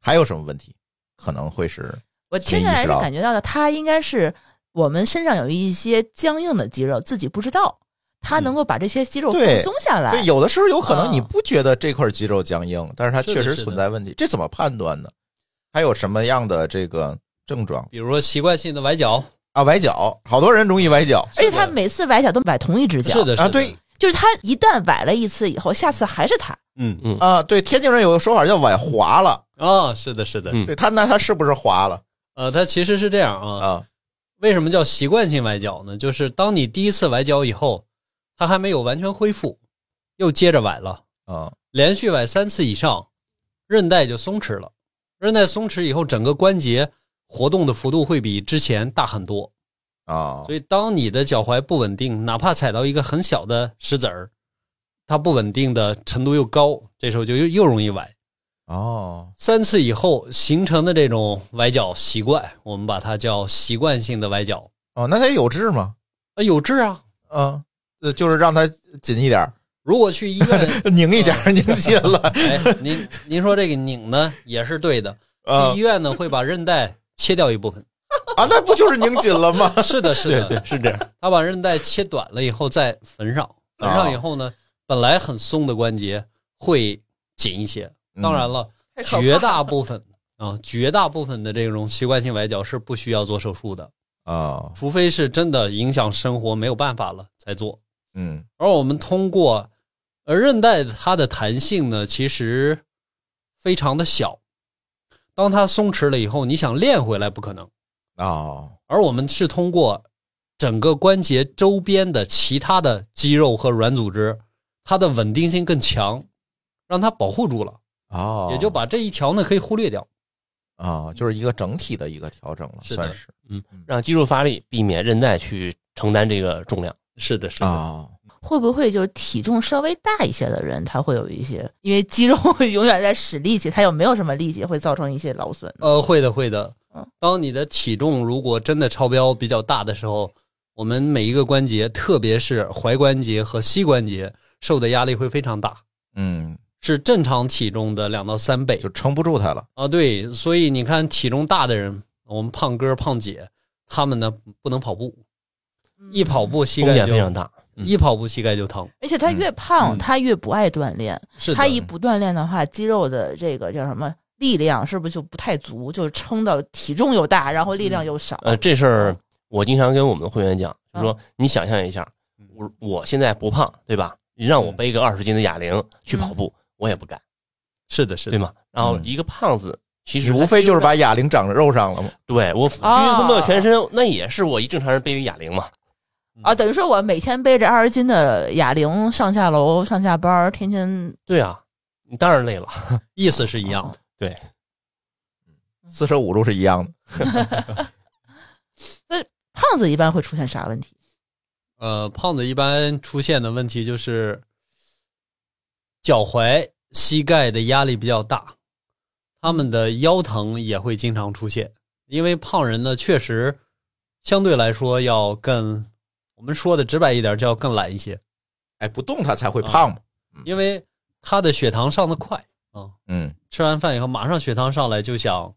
E: 还有什么问题可能会是？
I: 我听
E: 潜意
I: 下来
E: 识
I: 是
E: 到
I: 感觉到的，他应该是我们身上有一些僵硬的肌肉，自己不知道，他能够把这些肌肉放
E: 对
I: 松下来
E: 对，。有的时候有可能你
I: 嗯
E: 不觉得这块肌肉僵硬，但是它
G: 是
E: 确
G: 的
E: 实
G: 是的
E: 存在问题，这怎么判断呢？还有什么样的这个症状
G: 比如说习惯性的崴脚，
E: 啊？崴脚，好多人容易崴脚
I: 而且他每次崴脚都崴同一只脚，
G: 是的，
E: 啊，
G: 是的
E: 对，
I: 就是他一旦崴了一次以后，下次还是他。
G: 嗯
H: 嗯
E: 啊，对，天津人有个说法叫崴滑了，
G: 啊，是的，是的。
H: 嗯
E: 对他那他是不是滑了
G: 呃，它其实是这样啊，
E: 啊？
G: 为什么叫习惯性崴脚呢？就是当你第一次崴脚以后，它还没有完全恢复，又接着崴了。
E: 啊，
G: 连续崴三次以上，韧带就松弛了。韧带松弛以后，整个关节活动的幅度会比之前大很多。
E: 啊，
G: 所以，当你的脚踝不稳定，哪怕踩到一个很小的石子儿，它不稳定的程度又高，这时候就又又容易崴。
E: 哦，
G: 三次以后形成的这种崴脚习惯，我们把它叫习惯性的崴脚。
E: 哦，那他有治吗？
G: 啊，有治啊！
E: 啊，呃就是让他紧一点儿，
G: 如果去医院，
E: 拧一
G: 嗯
E: 下，拧紧 了
G: 哎，您您说这个拧呢也是对的。
E: 啊
G: 去医院呢会把韧带切掉一部分。
E: 啊，那不就是拧紧了吗？
G: 是的，是的，对是这样。他把韧带切短了以后再缝上，缝上以后呢，本来很松的关节会紧一些。当然了，
C: 太可怕
G: 绝大部分 啊，绝大部分的这种习惯性崴脚是不需要做手术的，
E: 啊，
G: 除非是真的影响生活没有办法了才做。
E: 嗯
G: 而我们通过，而韧带它的弹性呢，其实非常的小。当它松弛了以后，你想练回来不可能。
E: 啊，
G: 而我们是通过整个关节周边的其他的肌肉和软组织，它的稳定性更强，让它保护住了，
E: 哦，
G: 也就把这一条呢可以忽略掉。
E: 啊，就是一个整体的一个调整了，
G: 是的
E: 算是
H: 让肌肉发力，避免韧带去承担这个重量。
G: 是的，是的，
E: 啊，
I: 会不会就是体重稍微大一些的人，他会有一些，因为肌肉永远在使力气，他又没有什么力气，会造成一些劳损。
G: 呃，会的，会的
I: 嗯。
G: 当你的体重如果真的超标比较大的时候，我们每一个关节，特别是踝关节和膝关节，受的压力会非常大，
E: 嗯，
G: 是正常体重的两到三倍
E: 就。撑不住他了，
G: 啊，对，所以你看体重大的人，我们胖哥胖姐，他们呢不能跑步，一跑步膝
H: 风
G: 盖
H: 险
G: 就
H: 非常大，嗯
G: 一跑步膝盖就疼。
I: 而且他越胖，
G: 嗯
I: 他越不爱锻炼。
G: 是的，
I: 他一不锻炼的话，肌肉的这个叫什么力量是不是就不太足？就撑到体重
G: 嗯
I: 又大，然后力量又少。
H: 呃，这事儿我经常跟我们的会员讲，就说
I: 嗯
H: 你想象一下，我我现在不胖，对吧？你让我
E: 嗯
H: 背个二十斤的哑铃
I: 嗯
H: 去跑步，我也不敢，
G: 是的，是
H: 对
G: 的，
H: 吗？然后
E: 嗯
H: 一个胖子，其
E: 你
H: 实
E: 无非就是把哑铃长肉上
G: 嗯
E: 了嘛。
H: 对
I: 哦
H: 我均匀分布的全身，那也是我一正常人背的哑铃嘛。
I: 啊，等于说我每天背着二十斤的哑铃上下楼、上下班儿，天天
H: 对啊，你当然累了。
G: 意思是一样的。
E: 四舍五入是一样的，
I: 胖子一般会出现啥问 题？
G: 呃，胖子一般出现的问题就是脚踝、膝盖的压力比较大，他们的腰疼也会经常出现。因为胖人呢，确实相对来说要更，我们说的直白一点，叫更懒一些，
E: 哎，不动它才
G: 嗯
E: 会胖嘛。
G: 因为他的血糖上的快啊、
E: 嗯，
G: 吃完饭以后马上血糖上来就想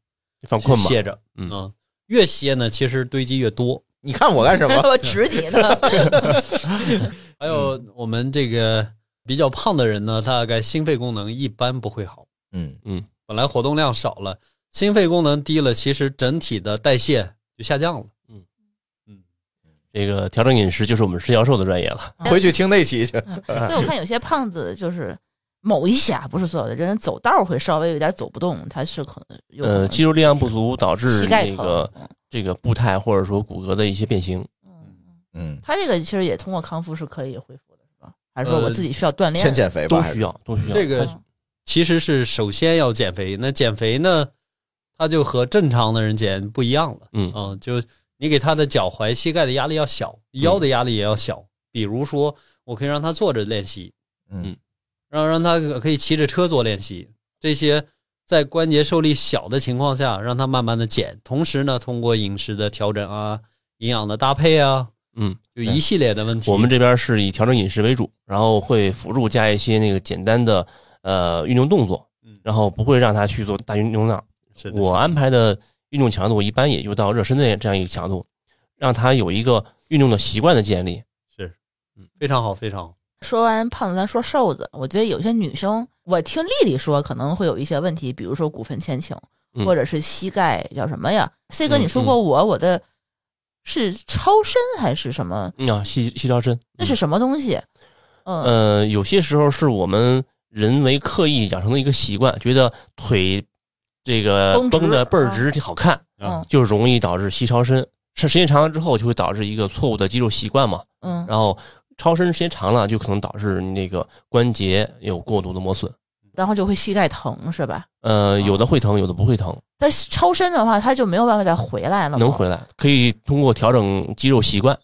H: 犯困嘛，
G: 歇着，
H: 嗯
G: 越歇呢，其实堆积越多。
E: 你看我干什 么？
I: 我指你呢，
G: 还有我们这个比较胖的人呢，他大概心肺功能一般不会好，
E: 嗯，
G: 本来活动量少了，心肺功能低了，其实整体的代谢就下降了。
H: 这个调整饮食就是我们食疗兽的专业了。
E: 回去听那期去。
I: 所以我看有些胖子就是某一些啊，不是所有的人走道儿会稍微有点走不动，他是可能有可能
H: 呃，肌肉力量不足导致
I: 膝盖
H: 那
I: 疼。
H: 个这个步态或者说骨骼的一些变形。
I: 嗯，
E: 嗯，
I: 他这个其实也通过康复是可以恢复的，是吧？还是说我
G: 呃
I: 自己需要锻炼？
E: 先减肥吧，
H: 都
E: 还
H: 需
E: 是
H: 要，都需要。
G: 这个
I: 嗯
G: 其实是首先要减肥，那减肥呢，它就和正常的人减不一样了。
H: 嗯
G: 嗯，就你给他的脚踝、膝盖的压力要小，腰
H: 嗯
G: 的压力也要小。比如说，我可以让他坐着练习，
E: 嗯，
G: 让让他可以骑着车做练习，这些在关节受力小的情况下，让他慢慢的减。同时呢，通过饮食的调整啊，营养的搭配啊，
H: 嗯，
G: 就一系列的问题。
H: 我们这边是以调整饮食为主，然后会辅助加一些那个简单的呃运动动作，
G: 嗯
H: 然后不会让他去做大运动量。
G: 是的
H: 我安排的运动强度一般也就到热身的这样一个强度，让他有一个运动的习惯的建立。
G: 嗯非常好，非常好。
I: 说完胖子，咱说瘦子。我觉得有些女生，我听丽丽说可能会有一些问题，比如说骨盆前倾，
H: 嗯
I: 或者是膝盖叫什么呀？C 哥，
H: 嗯
I: 你说过我，我的是超伸还是什么？
H: 嗯啊，细细腰身，
I: 那是什么东西？嗯，
H: 呃，有些时候是我们人为刻意养成的一个习惯，觉得腿这个
I: 绷直啊
H: 绷得倍儿直好看，
I: 嗯
H: 就容易导致膝超伸。是时间长了之后，就会导致一个错误的肌肉习惯嘛。
I: 嗯，
H: 然后超伸时间长了，就可能导致你那个关节有过度的磨损。
I: 然后就会膝盖疼是吧？
H: 呃，有的会疼，有的不会疼，
I: 但是超伸的话，它就没有办法再回来了。
H: 能回。来，可以通过调整肌肉习惯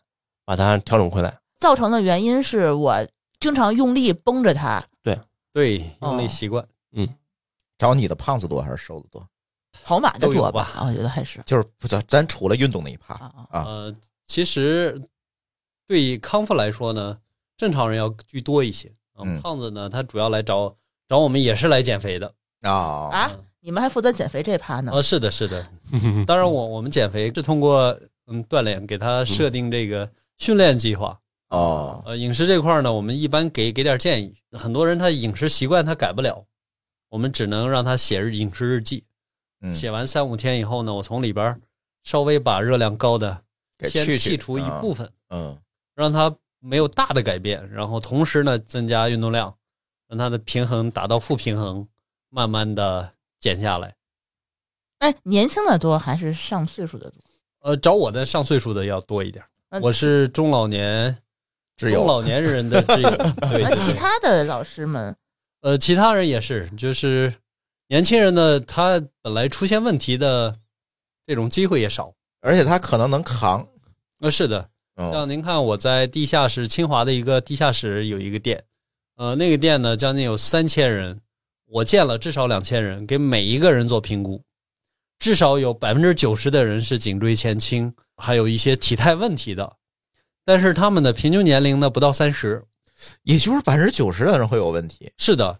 H: 把它调整回来。
I: 造成的原因是我经常用力绷着它，
G: 对，
I: 哦
G: 用力习惯。
E: 找你的胖子多还是瘦子多？
I: 跑马的
G: 都有
I: 多
G: 吧
I: 啊，我觉得还是
E: 就是不咱咱除了运动那一趴
I: 啊啊
H: 哦
E: 啊，
G: 呃，其实对于康复来说呢，正常人要居多一些。啊
E: 嗯
G: 胖子呢，他主要来找找我们也是来减肥的。
E: 啊，
I: 啊！你们还负责减肥这趴呢
G: 啊，？是的，是的。 当然我，我们减肥是通过嗯锻炼，给他设定这个训练计划。
E: 哦，
G: 呃，饮食这块儿呢，我们一般给给点建议。很多人他饮食习惯他改不了，我们只能让他写日饮食日记。
E: 嗯，
G: 写完三五天以后呢，我从里边儿稍微把热量高的
E: 给
G: 先
E: 去去
G: 剔除一部，分，
E: 啊嗯
G: 让他没有大的改变，然后同时呢增加运动量，让他的平衡达到负平衡，慢慢的减下来。
I: 哎，年轻的多还是上岁数的多？呃
G: 呃，找我的上岁数的要多一点儿，
I: 那
G: 我是中老年
E: 挚
G: 中
E: 友
G: 老年人的 挚友。对，
I: 那其他的老师们，
G: 呃，其他人也是，就是年轻人呢，他本来出现问题的这种机会也少。
E: 而且他可能能扛，
G: 呃，是的，
E: 嗯
G: 像您看，我在地下室清华的一个地下室有一个店，呃，那个店呢将近有三千人，我见了至少两千人，给每一个人做评估，至少有百分之九十的人是颈椎前倾，还有一些体态问题的，但是他们的平均年龄呢不到三十，
E: 也就是百分之九十的人会有问题，
G: 是的，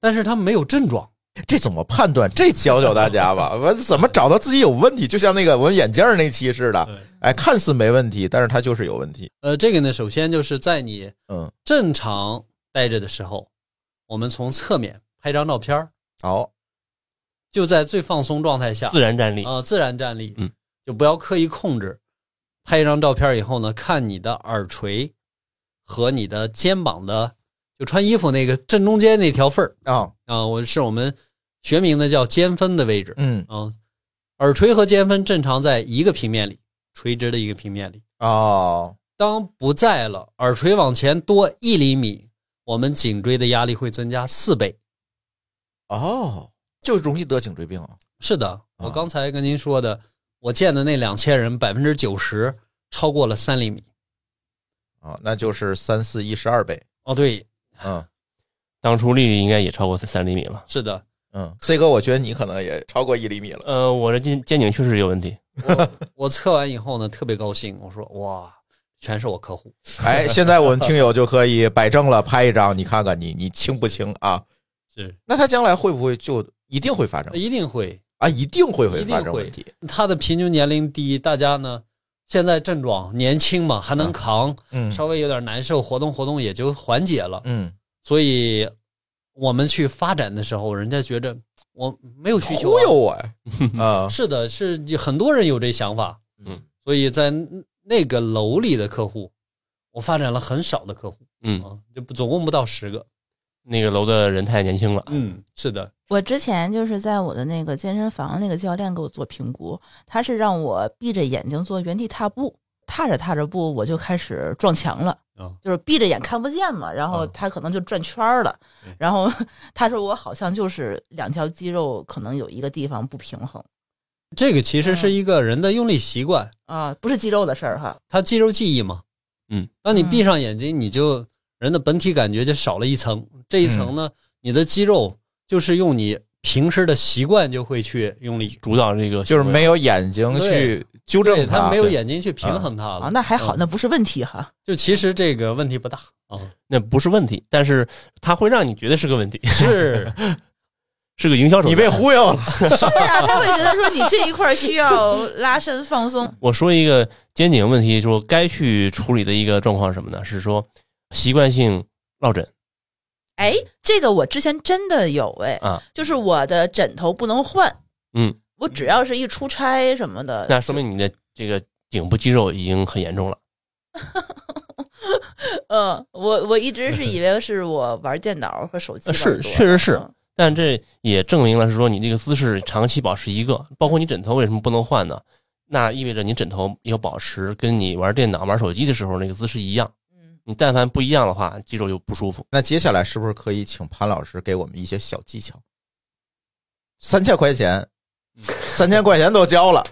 G: 但是他们没有症状。
E: 这怎么判断？这教教大家吧， 我怎么找到自己有问题？就像那个我们眼镜儿那期似的，哎，看似没问题，但是他就是有问题，
G: 呃，这个呢，首先就是在你
E: 嗯，
G: 正常待着的时候，我们从侧面拍张照片儿，
E: 好，
G: 就在最放松状态下，
H: 自然站立，
G: 啊、自然站立，
H: 嗯，
G: 就不要刻意控制。拍一张照片以后呢，看你的耳垂和你的肩膀的就穿衣服那个正中间那条缝儿
E: 啊，
G: 啊，我是我们学名的叫肩分的位置
E: 嗯
G: 啊。耳垂和肩分正常在一个平面里，垂直的一个平面里。
E: 哦，
G: 当不在了，耳垂往前多一厘米，我们颈椎的压力会增加四倍。
E: 哦，就容易得颈椎病啊。
G: 是的，
E: 啊
G: 我刚才跟您说的，我见的那两千人百分之九十超过了三厘米。
E: 啊，那就是三四一十二倍。
G: 哦，对，
E: 嗯
H: 当初丽丽应该也超过三厘米了。
G: 是的，
E: 嗯，C 哥，我觉得你可能也超过一厘米了。
H: 呃，我的肩肩颈确实有问题，
G: 我测完以后呢，特别高兴，我说哇，全是我客户。
E: 哎，现在我们听友就可以摆正了，拍一张，你看看你你轻不轻啊？
G: 是，
E: 那它将来会不会就一定会发生
G: 一定会。
E: 啊？一定会会
G: 一定
E: 发生
G: 会
E: 问题。
G: 他的平均年龄低，大家呢现在症状年轻嘛，还能扛，
E: 嗯
G: 稍微有点难受，活动活动也就缓解了。
E: 嗯，
G: 所以我们去发展的时候，人家觉着我没有需求、啊
E: 忽悠我呀！ 啊，
G: 是的，是很多人有这想法，
H: 嗯，
G: 所以在那个楼里的客户，我发展了很少的客户，
H: 嗯，
G: 啊，就不总共不到十个，
H: 那个楼的人太年轻了，
G: 嗯，是的，
I: 我之前就是在我的那个健身房，那个教练给我做评估，他是让我闭着眼睛做原地踏步，踏着踏着步我就开始撞墙了，
G: 啊
I: 就是闭着眼看不见嘛，然
H: 嗯
I: 后
G: 啊
I: 他可能就转圈儿了，然后 他说我好像就是两条肌肉可能有一个地方不平衡
G: 这个其实是一个人的用力习惯，
I: 啊，不是肌肉的事儿哈，
G: 它肌肉记忆嘛，
H: 嗯，
G: 当你闭上眼睛，你就人的本体感觉就少了一层，这一层呢，你的肌肉就是用你平时的习惯就会去用力。
H: 主导这个
E: 就是没有眼睛去纠
G: 对
E: 正
G: 他没有
E: 对
G: 眼睛去平衡
H: 哦
G: 它了
I: 啊，那还好，
G: 嗯
I: 那不是问题 哈，
G: 就其实这个问题不大啊，
H: 那不是问题，但是它会让你觉得是个问题，
G: 是
H: 是个营销手段。，
E: 你被忽悠了。
I: 是啊，他会觉得说你这一块儿需要拉伸放松
H: 我说一个肩颈问题，说该去处理的一个状况是什么呢？是说习惯性落枕
I: 哎，这个我之前真的有哎，
H: 啊，
I: 就是我的枕头不能换。
H: 嗯，
I: 我只要是一出差什么的，
H: 那说明你的这个颈部肌肉已经很严重了。
I: 嗯，我我一直是以为是我玩电脑和手机
H: 呃
I: 玩多
H: 是
I: 了，
H: 确实是
I: 嗯
H: 但这也证明了是说你这个姿势长期保持一个，包括你枕头为什么不能换呢？那意味着你枕头要保持跟你玩电脑、玩手机的时候那个姿势一样。
I: 嗯，
H: 你但凡不一样的话，肌肉就不舒服。
E: 那接下来是不是可以请潘老师给我们一些小技巧？三千块钱，
G: 嗯
E: 三千块钱都交 了，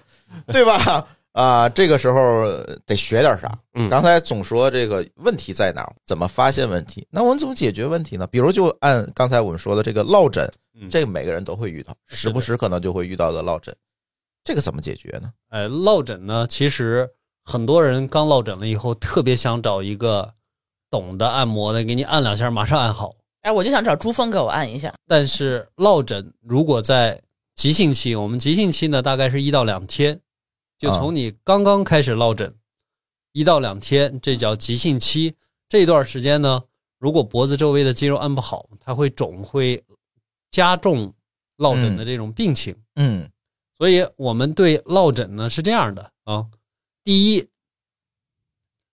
E: 对吧？啊，这个时候得学点啥？
H: 嗯
E: 刚才总说这个问题在哪儿，怎么发现问题？那我们怎么解决问题呢？比如就按刚才我们说的这个落枕，这个每个人都会遇到，
G: 嗯是的
E: 时不时可能就会遇到的落枕，这个怎么解决呢？
G: 呃，落枕呢，其实很多人刚落枕了以后，特别想找一个懂得按摩的，给你按两下，马上按好。
I: 哎，我就想找珠峰给我按一下，
G: 但是落枕如果在急性期，我们急性期呢，大概是一到两天，就
E: 啊
G: 从你刚刚开始落枕，一到两天，这叫急性期。这段时间呢，如果脖子周围的肌肉按不好，它会肿，会加重落枕的这种病情。
E: 嗯
G: 所以我们对落枕呢是这样的啊，第一，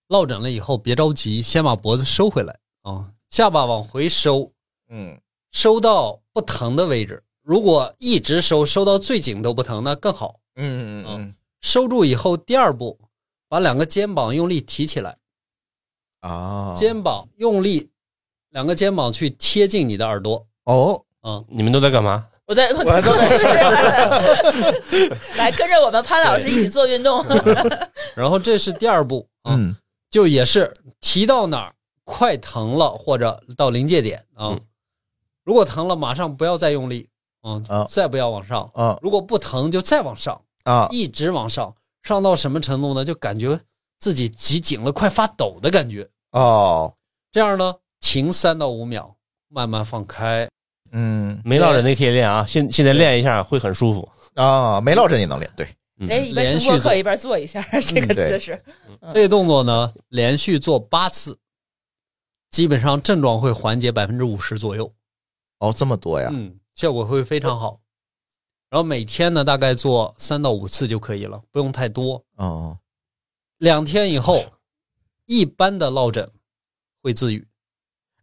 G: 落枕了以后别着急，先把脖子收回来啊，下巴往回收，
E: 嗯
G: 收到不疼的位置。如果一直收，收到最紧都不疼，那更好。
E: 嗯嗯
G: 收住以后，第二步，把两个肩膀用力提起来，
E: 嗯啊，
G: 肩膀用力，两个肩膀去贴近你的耳朵
E: 哦，
G: 啊。
H: 你们都在干嘛？
I: 我在我在 来跟着我们潘老师一起做运动，
G: 嗯然后这是第二步啊，
E: 嗯
G: 就也是提到哪儿快疼了或者到临界点啊，
H: 嗯
G: 如果疼了马上不要再用力，嗯，
E: 啊
G: 再不要往上，
E: 啊
G: 如果不疼就再往上，
E: 啊
G: 一直往上，上到什么程度呢？就感觉自己挤紧了，快发抖的感觉。
E: 哦，
G: 这样呢，停三到五秒，慢慢放开。
E: 嗯
H: 没落枕那可以练啊，现现在练一下会很舒服。
E: 啊，没落枕也能练，对。
H: 嗯
I: 哎，一边
G: 连
I: 听播
G: 续做
I: 客一边做一下 这个
E: 嗯对
I: 姿势，
G: 这个动作呢，连续做八次，基本上症状会缓解百分之五十左右。
E: 哦，这么多呀？
G: 嗯，效果会非常好。然后每天呢，大概做三到五次就可以了，不用太多。
E: 哦，
G: 两天以后，一般的落枕会自愈。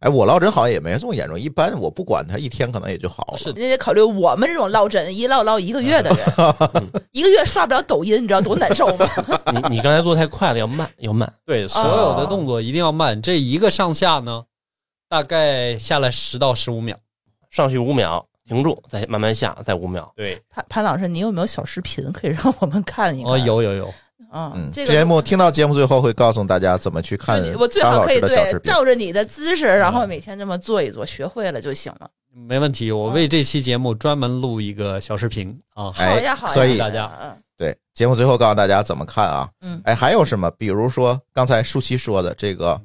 E: 哎，我落枕好像也没这么严重，一般我不管它，一天可能也就好了。
G: 是的
I: 人家考虑我们这种落枕一落落一个月的人， 一个月刷不了抖音，你知道多难受吗？
H: 你你刚才做太快了，要慢要慢。
G: 对，所有的动作一定要慢，这一个上下呢，大概下来十到十五秒。
H: 上去五秒，停住，再慢慢下，再五秒。
G: 对，
I: 潘潘老师，你有没有小视频可以让我们看一看？
G: 哦，有有有，
I: 啊，
E: 嗯，
I: 这个
E: 节目听到节目最后会告诉大家怎么去看
I: 就你我最
E: 张
I: 好
E: 老
I: 可以
E: 师的小
I: 对
E: 视频。嗯
I: 照着你的姿势，然后每天这么做一做，学会了就行了。
G: 没问题。我为这期节目专门录一个小视频啊。
I: 好呀，
E: 哎
I: 好呀，，
E: 所以
G: 大家
I: 嗯
E: 对节目最后告诉大家怎么看啊。
I: 嗯
E: 哎，还有什么？比如说刚才舒淇说的这个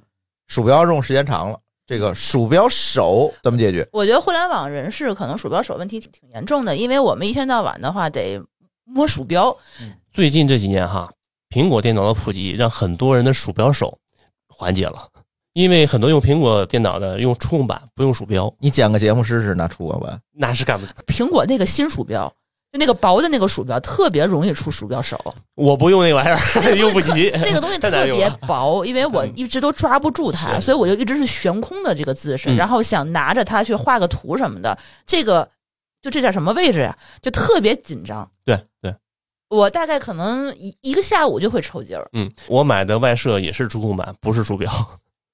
E: 鼠标用时间长了，这个鼠标手怎么解决？
I: 我觉得互联网人士可能鼠标手问题挺挺严重的，因为我们一天到晚的话得摸鼠标，
H: 最近这几年哈，苹果电脑的普及让很多人的鼠标手缓解了，因为很多用苹果电脑的用触控板不用鼠标，
E: 你剪个节目试试呢，楚文文。
G: 嗯
H: 那是干不。
I: 苹果那个新鼠标，就那个薄的那个鼠标，特别容易出鼠标 手。
H: 我不用那玩意儿， 用不起。
I: 那个东西特
H: 太难用
I: 别
H: 了。嗯
I: 薄，因为我一直都抓不住它，
H: 是
I: 所以我就一直是悬空的这个姿势，
H: 嗯
I: 然后想拿着它去画个图什么的。这个就这叫什么位置呀、就特别紧张。
H: 对对，
I: 我大概可能一一个下午就会抽筋儿
H: 嗯，我买的外设也是触控板，不是鼠标。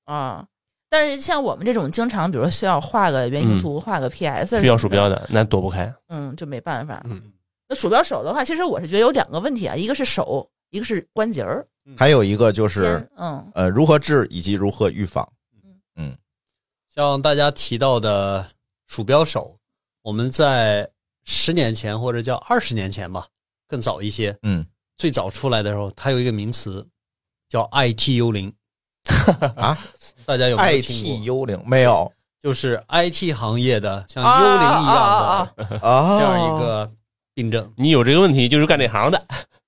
I: 啊。但是像我们这种经常，比如说需要画个原型图、画个 PS，
H: 嗯需要鼠
I: 什么
H: 标的，那躲不开。
I: 的，嗯，就没办法。
H: 嗯，
I: 那鼠标手的话，其实我是觉得有两个问题啊，一个是手，一个是关节儿。
E: 还有一个就是
I: 肩，嗯，
E: 呃，如何治以及如何预防。
G: 像大家提到的鼠标手，我们在十年前或者叫二十年前吧，更早一些，
E: 嗯
G: 最早出来的时候，它有一个名词叫 IT 幽灵，
E: 啊
G: 大家有没有听过
E: ，IT 幽灵没 有
G: 就是 IT 行业的像
I: 啊
G: 幽灵一
I: 啊
G: 样的
E: 啊
G: 这样一个病症。
H: 你有这个问题就是干这行的，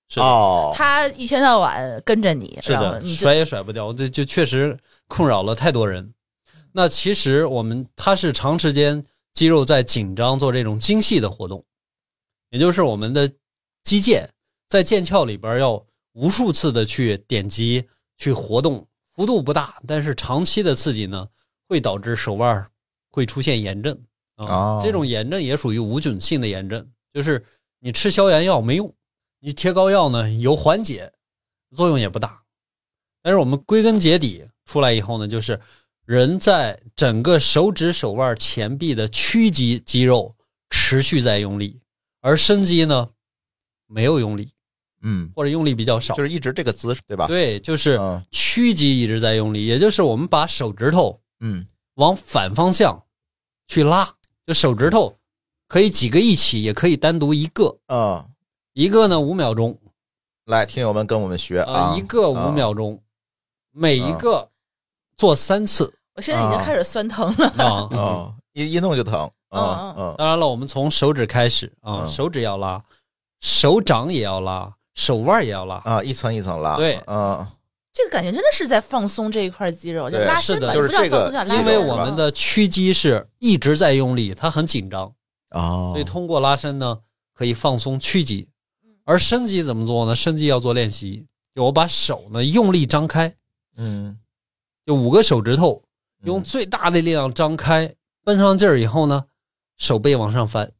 G: 是的
E: 哦，
I: 他一天到晚跟着你，
G: 是
I: 然后
G: 的，
I: 你就
G: 甩也甩不掉，这就确实困扰了太多人。那其实我们它是长时间肌肉在紧张做这种精细的活动，也就是我们的肌腱在腱鞘里边要无数次的去点击、去活动，幅度不大，但是长期的刺激呢，会导致手腕会出现炎症啊。
E: 哦
G: 这种炎症也属于无菌性的炎症，就是你吃消炎药没用，你贴膏药呢有缓解，作用也不大。但是我们归根结底出来以后呢，就是人在整个手指、手腕、前臂的屈肌肌肉持续在用力，而伸肌呢没有用力，
E: 嗯，
G: 或者用力比较少。
E: 就是一直这个姿势对吧？
G: 对，就是
E: 嗯
G: 屈肌一直在用力，也就是我们把手指头
E: 嗯
G: 往反方向去拉，就手指头可以几个一起，也可以单独一个，
E: 嗯，
G: 一个呢五秒钟，
E: 来，听友们跟我们学
G: 啊，
E: 啊，
G: 一个五
E: 啊
G: 秒钟，每一个做 三次
I: 我现在已经
E: 啊
I: 开始酸疼了。
G: 啊。
E: 嗯，一一弄就疼，嗯嗯
G: 当然了，我们从手指开始啊，
E: 嗯
G: 手指要拉，手掌也要拉，手腕也要拉。
E: 啊，一层一层拉，
G: 对
E: 嗯，
I: 这个感觉真的是在放松这一块肌肉，就
E: 对
I: 拉
G: 是
I: 伸
G: 的
I: 吧，
E: 就是
I: 不叫
E: 这个
I: 放松，叫拉
E: 肌
I: 伸。
G: 因
E: 肉
G: 为
E: 是
G: 我
E: 吧
G: 们的屈肌是一直在用力，它很紧张，
E: 哦，
G: 所以通过拉伸呢，可以放松屈肌。而伸肌怎么做呢？伸肌要做练习，就我把手呢用力张开，
E: 嗯，
G: 就五个手指头用
E: 嗯
G: 最大的力量张开，绷上劲儿以后呢，手背往上翻。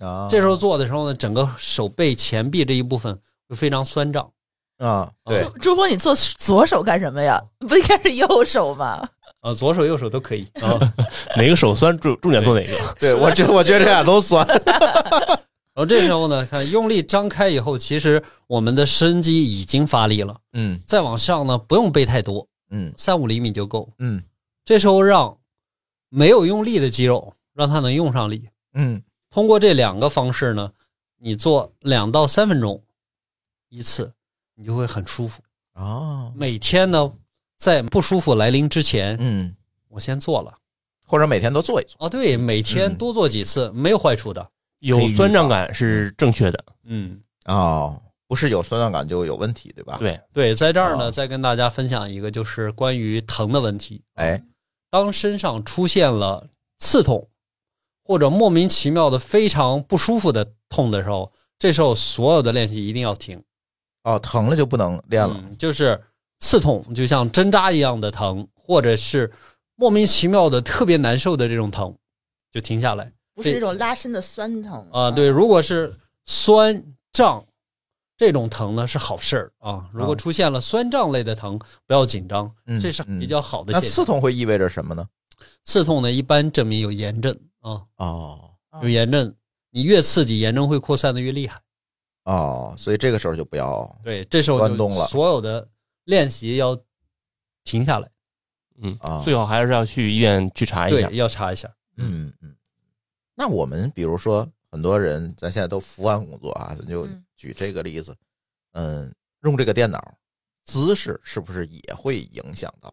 E: 啊，
G: 这时候做的时候呢，整个手背前臂这一部分会非常酸胀。
E: 啊，对
I: 朱朱峰，你做左手干什么呀？不应该是右手吗？
G: 啊，左手右手都可 以啊。然
H: 哪个手酸重重点做哪个。
E: 对，我觉我觉得这俩都酸，
G: 后这时候呢，看用力张开以后，其实我们的伸肌已经发力了。
E: 嗯
G: 再往上呢，不用背太多，
E: 嗯
G: 三五厘米就够。
E: 嗯
G: 这时候让没有用力的肌肉让它能用上力。
E: 嗯，
G: 通过这两个方式呢，你做两到三分钟一次，你就会很舒服。
E: 哦，
G: 每天呢，在不舒服来临之前，
E: 嗯，
G: 我先做了。
E: 或者每天都做一做，
G: 哦，对，每天
E: 嗯
G: 多做几次、没有坏处的。
H: 有酸胀感是正确的，
G: 嗯，
E: 哦，不是有酸胀感就有问题，对吧？，
H: 对，
G: 对，在这儿呢，
E: 哦
G: 再跟大家分享一个，就是关于疼的问题。
E: 哎，
G: 当身上出现了刺痛，或者莫名其妙的非常不舒服的痛的时候，这时候所有的练习一定要停。嗯
E: 哦，疼了就不能练了，
G: 嗯，就是刺痛，就像针扎一样的疼，或者是莫名其妙的特别难受的这种疼，就停下来
I: 不是那种拉伸的酸疼
G: 啊。对，，如果是酸胀这种疼呢，是好事儿啊。如果
E: 啊
G: 出现了酸胀类的疼，不要紧张，
E: 嗯
G: 这是比较好的
E: 那
G: 现象。
E: 刺痛会意味着什么呢？
G: 刺痛呢，一般证明有炎症啊，
E: 哦
I: 啊
G: 有炎症，你越刺激，炎症会扩散的越厉害。
E: 哦，所以这个时候就不要
G: 对，这时候
E: 关
G: 就
E: 动了
G: 所有的练习要停下来，
H: 嗯
E: 啊
H: 最好还是要去医院去查一
G: 对
H: 下，。
G: 要查一下。
E: 嗯嗯。那我们比如说，很多人咱现在都伏案工作啊，咱就
I: 嗯
E: 举这个例子，嗯，用这个电脑姿势是不是也会影响到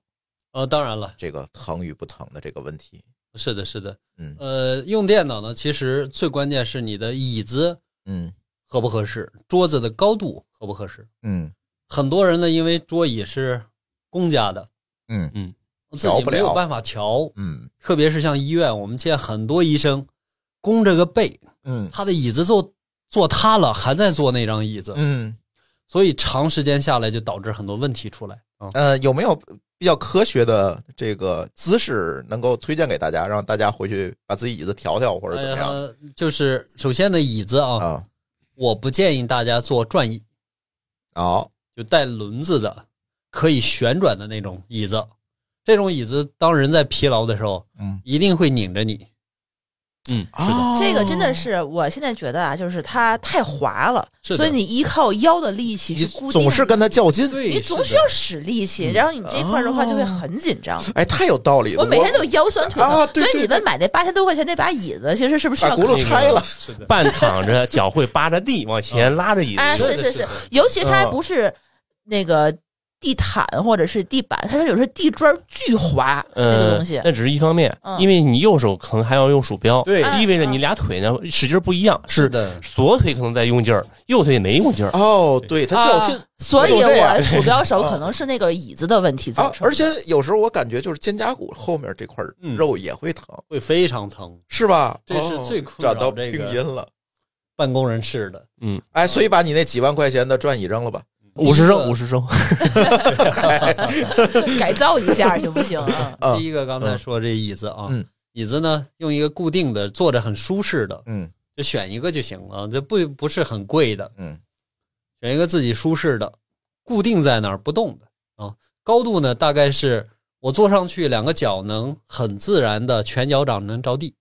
G: 呃，当然了，
E: 这个疼与不疼的这个问题？
G: 是的，是的。
E: 嗯
G: 呃，用电脑呢，其实最关键是你的椅子
E: 嗯
G: 合不合适，桌子的高度合不合适。
E: 嗯
G: 很多人呢，因为桌椅是公家的，
E: 嗯
G: 自
E: 调
G: 己
E: 不
G: 没有
E: 了
G: 办法调，
E: 嗯
G: 特别是像医院，我们见很多医生弓着个背，
E: 嗯
G: 他的椅子坐坐塌了，还在坐那张椅子，
E: 嗯，
G: 所以长时间下来就导致很多问题出来啊。
E: 呃，有没有比较科学的这个姿势能够推荐给大家，让大家回去把自己椅子调调或者怎么样
G: 呃，就是首先呢，椅子
H: 哎
G: 啊，
E: 啊？
G: 我不建议大家坐转椅，
E: 好，
G: 就带轮子的，可以旋转的那种椅子。这种椅子，当人在疲劳的时候，
E: 嗯，
G: 一定会拧着你。
H: 嗯，
I: 这个
E: 哦
I: 真的是我现在觉得啊，就是它太滑了，
G: 是的
I: 所以你依靠腰的力气
E: 你
I: 去固定，
E: 总是跟他较劲，
G: 对，
I: 你总需要使力
E: 嗯
I: 气，然后你这块儿的话就会很紧张。
E: 哎，太有道理了。
I: 我每天都有腰酸腿疼，
E: 啊对
I: 所以
E: 对
I: 你们
E: 对啊
I: 买那八千多块钱那把椅子，其实是不是需
E: 把
I: 要
E: 轱辘拆了，
G: 是的，
H: 半躺着，脚会扒着地往前拉着椅子。
I: 啊，
G: 哎是
I: 是是
G: 的是的
I: 是，尤其它还
E: 啊
I: 不是那个地毯或者是地板，它是有时候地砖巨滑
E: 嗯
I: 那个
H: 呃
I: 东西，
E: 哎
H: 那只是一方面，
I: 嗯
H: 因为你右手可能还要用鼠标，
E: 对
I: 哎
H: 意味着你俩腿呢使劲儿不一样，
G: 啊是啊
H: 是
G: 的，
H: 左腿可能在用劲儿，右腿没用劲儿。
E: 哦，对他较劲
I: 啊所以
E: 有这样
I: 我鼠标手可能是那个椅子的问题造
E: 啊，
I: 成的。
E: 而且有时候我感觉就是肩胛骨后面这块肉也会疼，
G: 会非常疼。
E: 是吧？
G: 嗯这是最
E: 哦
G: 困
E: 找
G: 扰
E: 到
G: 这
E: 病
G: 个
E: 因了。
G: 办公人士的，
E: 哎，所以把你那几万块钱的转椅扔了吧。
H: 嗯五十
G: 第一
H: 升，
G: 个
H: 五十升，
I: 改造一下行不 行啊？
E: 啊
G: 第一个刚才说这椅子啊，
E: 嗯
G: 椅子呢用一个固定的，坐着很舒适的，
E: 嗯
G: 就选一个就行了，这不不是很贵的，
E: 嗯
G: 选一个自己舒适的，固定在那儿不动的啊。高度呢大概是我坐上去，两个脚能很自然的全脚掌能着地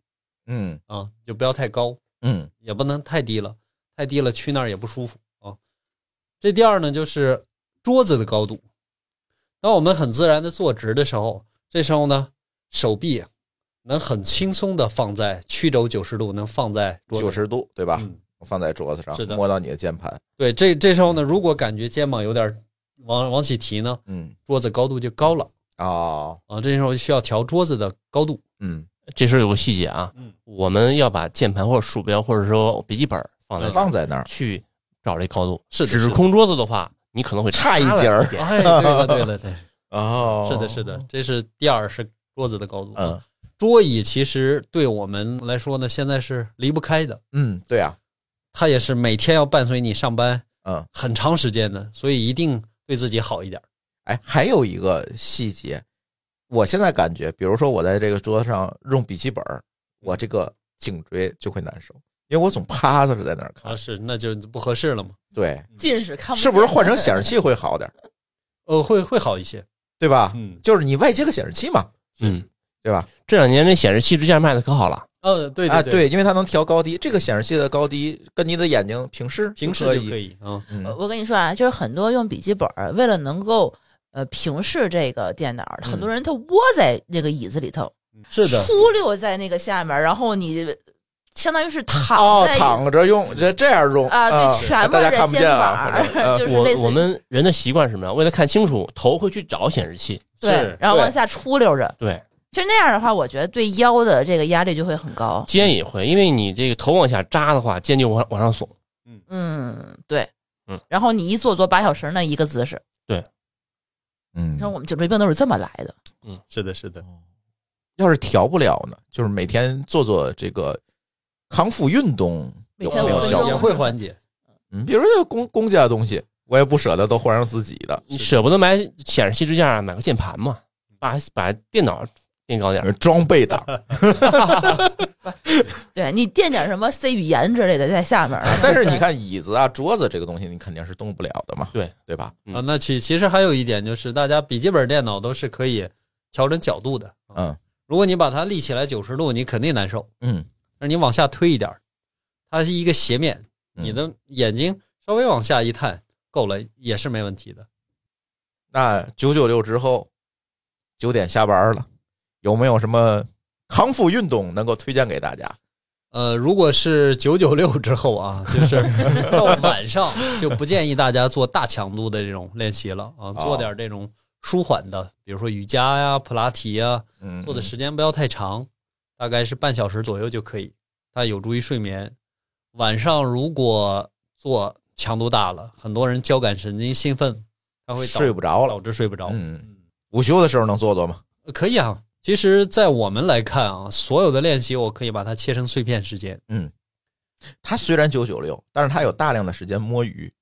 E: 嗯
G: 啊，就不要太高，
E: 嗯
G: 也不能太低了，太低了去那儿也不舒服啊。这第二呢就是桌子的高度，当我们很自然的坐直的时候，这时候呢手臂啊能很轻松的放在曲肘九十度，能放在桌子
E: 九
G: 上
E: 十度对吧？
G: 嗯
E: 放在桌子上
G: 是，的
E: 摸到你的键盘。
G: 对，这这时候呢，如果感觉肩膀有点往往起提呢，
E: 嗯
G: 桌子高度就高了
E: 哦
G: 啊。这时候需要调桌子的高度。
E: 嗯，
H: 这时候有个细节啊，
G: 嗯
H: 我们要把键盘或者鼠标或者说笔记本儿放
G: 嗯
H: 在
E: 放在那儿。
H: 去找这高度。
G: 是的，
H: 指控桌子的话，你可能会
E: 差一
H: 了
E: 截儿
H: 点
G: 哎，对了，对 了，对，
E: 哦
G: 是的，是的，这是第二是桌子的高度。
E: 嗯，
G: 桌椅其实对我们来说呢，现在是离不开的，
E: 嗯，对啊，
G: 它也是每天要伴随你上班
E: 嗯，
G: 很长时间的，所以一定对自己好一点。
E: 哎，还有一个细节，我现在感觉，比如说我在这个桌子上用笔记本儿，我这个颈椎就会难受，因为我总趴着在那儿看
G: 啊，。是，那就不合适了嘛。
E: 对，
I: 近视看不见
E: 是不是换 成显示器会好点儿，
G: 呃，会会好一些。
E: 对吧？
G: 嗯，
E: 就是你外接个显示器嘛，
H: 嗯，
E: 对吧？
H: 这两年这显示器支架卖的可好了，
G: 呃，对
E: 啊，
G: 对，
E: 对，因为它能调高低，这个显示器的高低跟你的眼睛平视，
G: 平时
E: 可
G: 就
E: 以。
G: 可以啊。
I: 我
E: 嗯
I: 我跟你说啊，就是很多用笔记本儿，为了能够呃平视这个电脑儿，
E: 嗯
I: 很多人他窝在那个椅子里头，
G: 是的，
I: 出溜在那个下面儿，然后你相当于是躺
E: 哦，
I: 在一
E: 躺着用，这这样用
I: 啊，对，全部
E: 大家
I: 在
E: 看不
I: 肩
E: 见
I: 膀
E: 啊。
I: 儿
E: 反 正，呃
I: 就是类似
H: 我
I: 于
H: 我们人的习惯是什么呀？为了看清楚，头会去找显示器。
I: 对
G: 是，
I: 然后往
E: 对
I: 下出溜着。
H: 对，
I: 其实那样的话，我觉得对腰的这个压力就会很高。
H: 肩也会，因为你这个头往下扎的话，肩就往往上耸。
I: 嗯，对，
H: 嗯，
I: 然后你一坐坐八小时那一个姿势，
E: 嗯
I: 你看我们颈椎病都是这么来的。
G: 是的，是的。
E: 要是调不了呢，就是每天做做这个康复运动，有没
I: 每天
E: 有
I: 五分
E: 效
I: 钟
G: 也
E: 果？
G: 会缓解。
E: 嗯，比如说公公家的东西，我也不舍得都换成自己的。
H: 啊你舍不得买显示器支架，买个键盘嘛。把把电脑垫高点 儿，
E: 装啊备党，
I: 对你垫点什么 C 语言之类的在下面儿，
E: 但是你看椅子啊、桌子这个东西，你肯定是动不了的嘛，
H: 对
E: 对吧？
H: 嗯
G: 啊，那其其实还有一点就是，大家笔记本电脑都是可以调整角度的。啊
E: 嗯
G: 如果你把它立起来九十度，你肯定难受。
E: 嗯，
G: 但是你往下推一点儿，它是一个斜面，
E: 嗯
G: 你的眼睛稍微往下一探，够了也是没问题的。
E: 那九九六之后九点下班了，有没有什么康复运动能够推荐给大家？
G: 呃，如果是九九六之后啊，就是到晚上就不建议大家做大强度的这种练习了啊，
E: 哦
G: 做点这种舒缓的，比如说瑜伽呀、普拉提呀、
E: 嗯，
G: 做的时间不要太长，大概是半小时左右就可以。它有助于睡眠。晚上如果做强度大了，很多人交感神经兴奋，它会导
E: 睡不着了
G: 导。致睡不着。
E: 嗯，午休的时候能做做吗？
G: 呃可以啊。其实，在我们来看啊，所有的练习我可以把它切成碎片时间。
E: 他虽然九九六，但是他有大量的时间摸 鱼。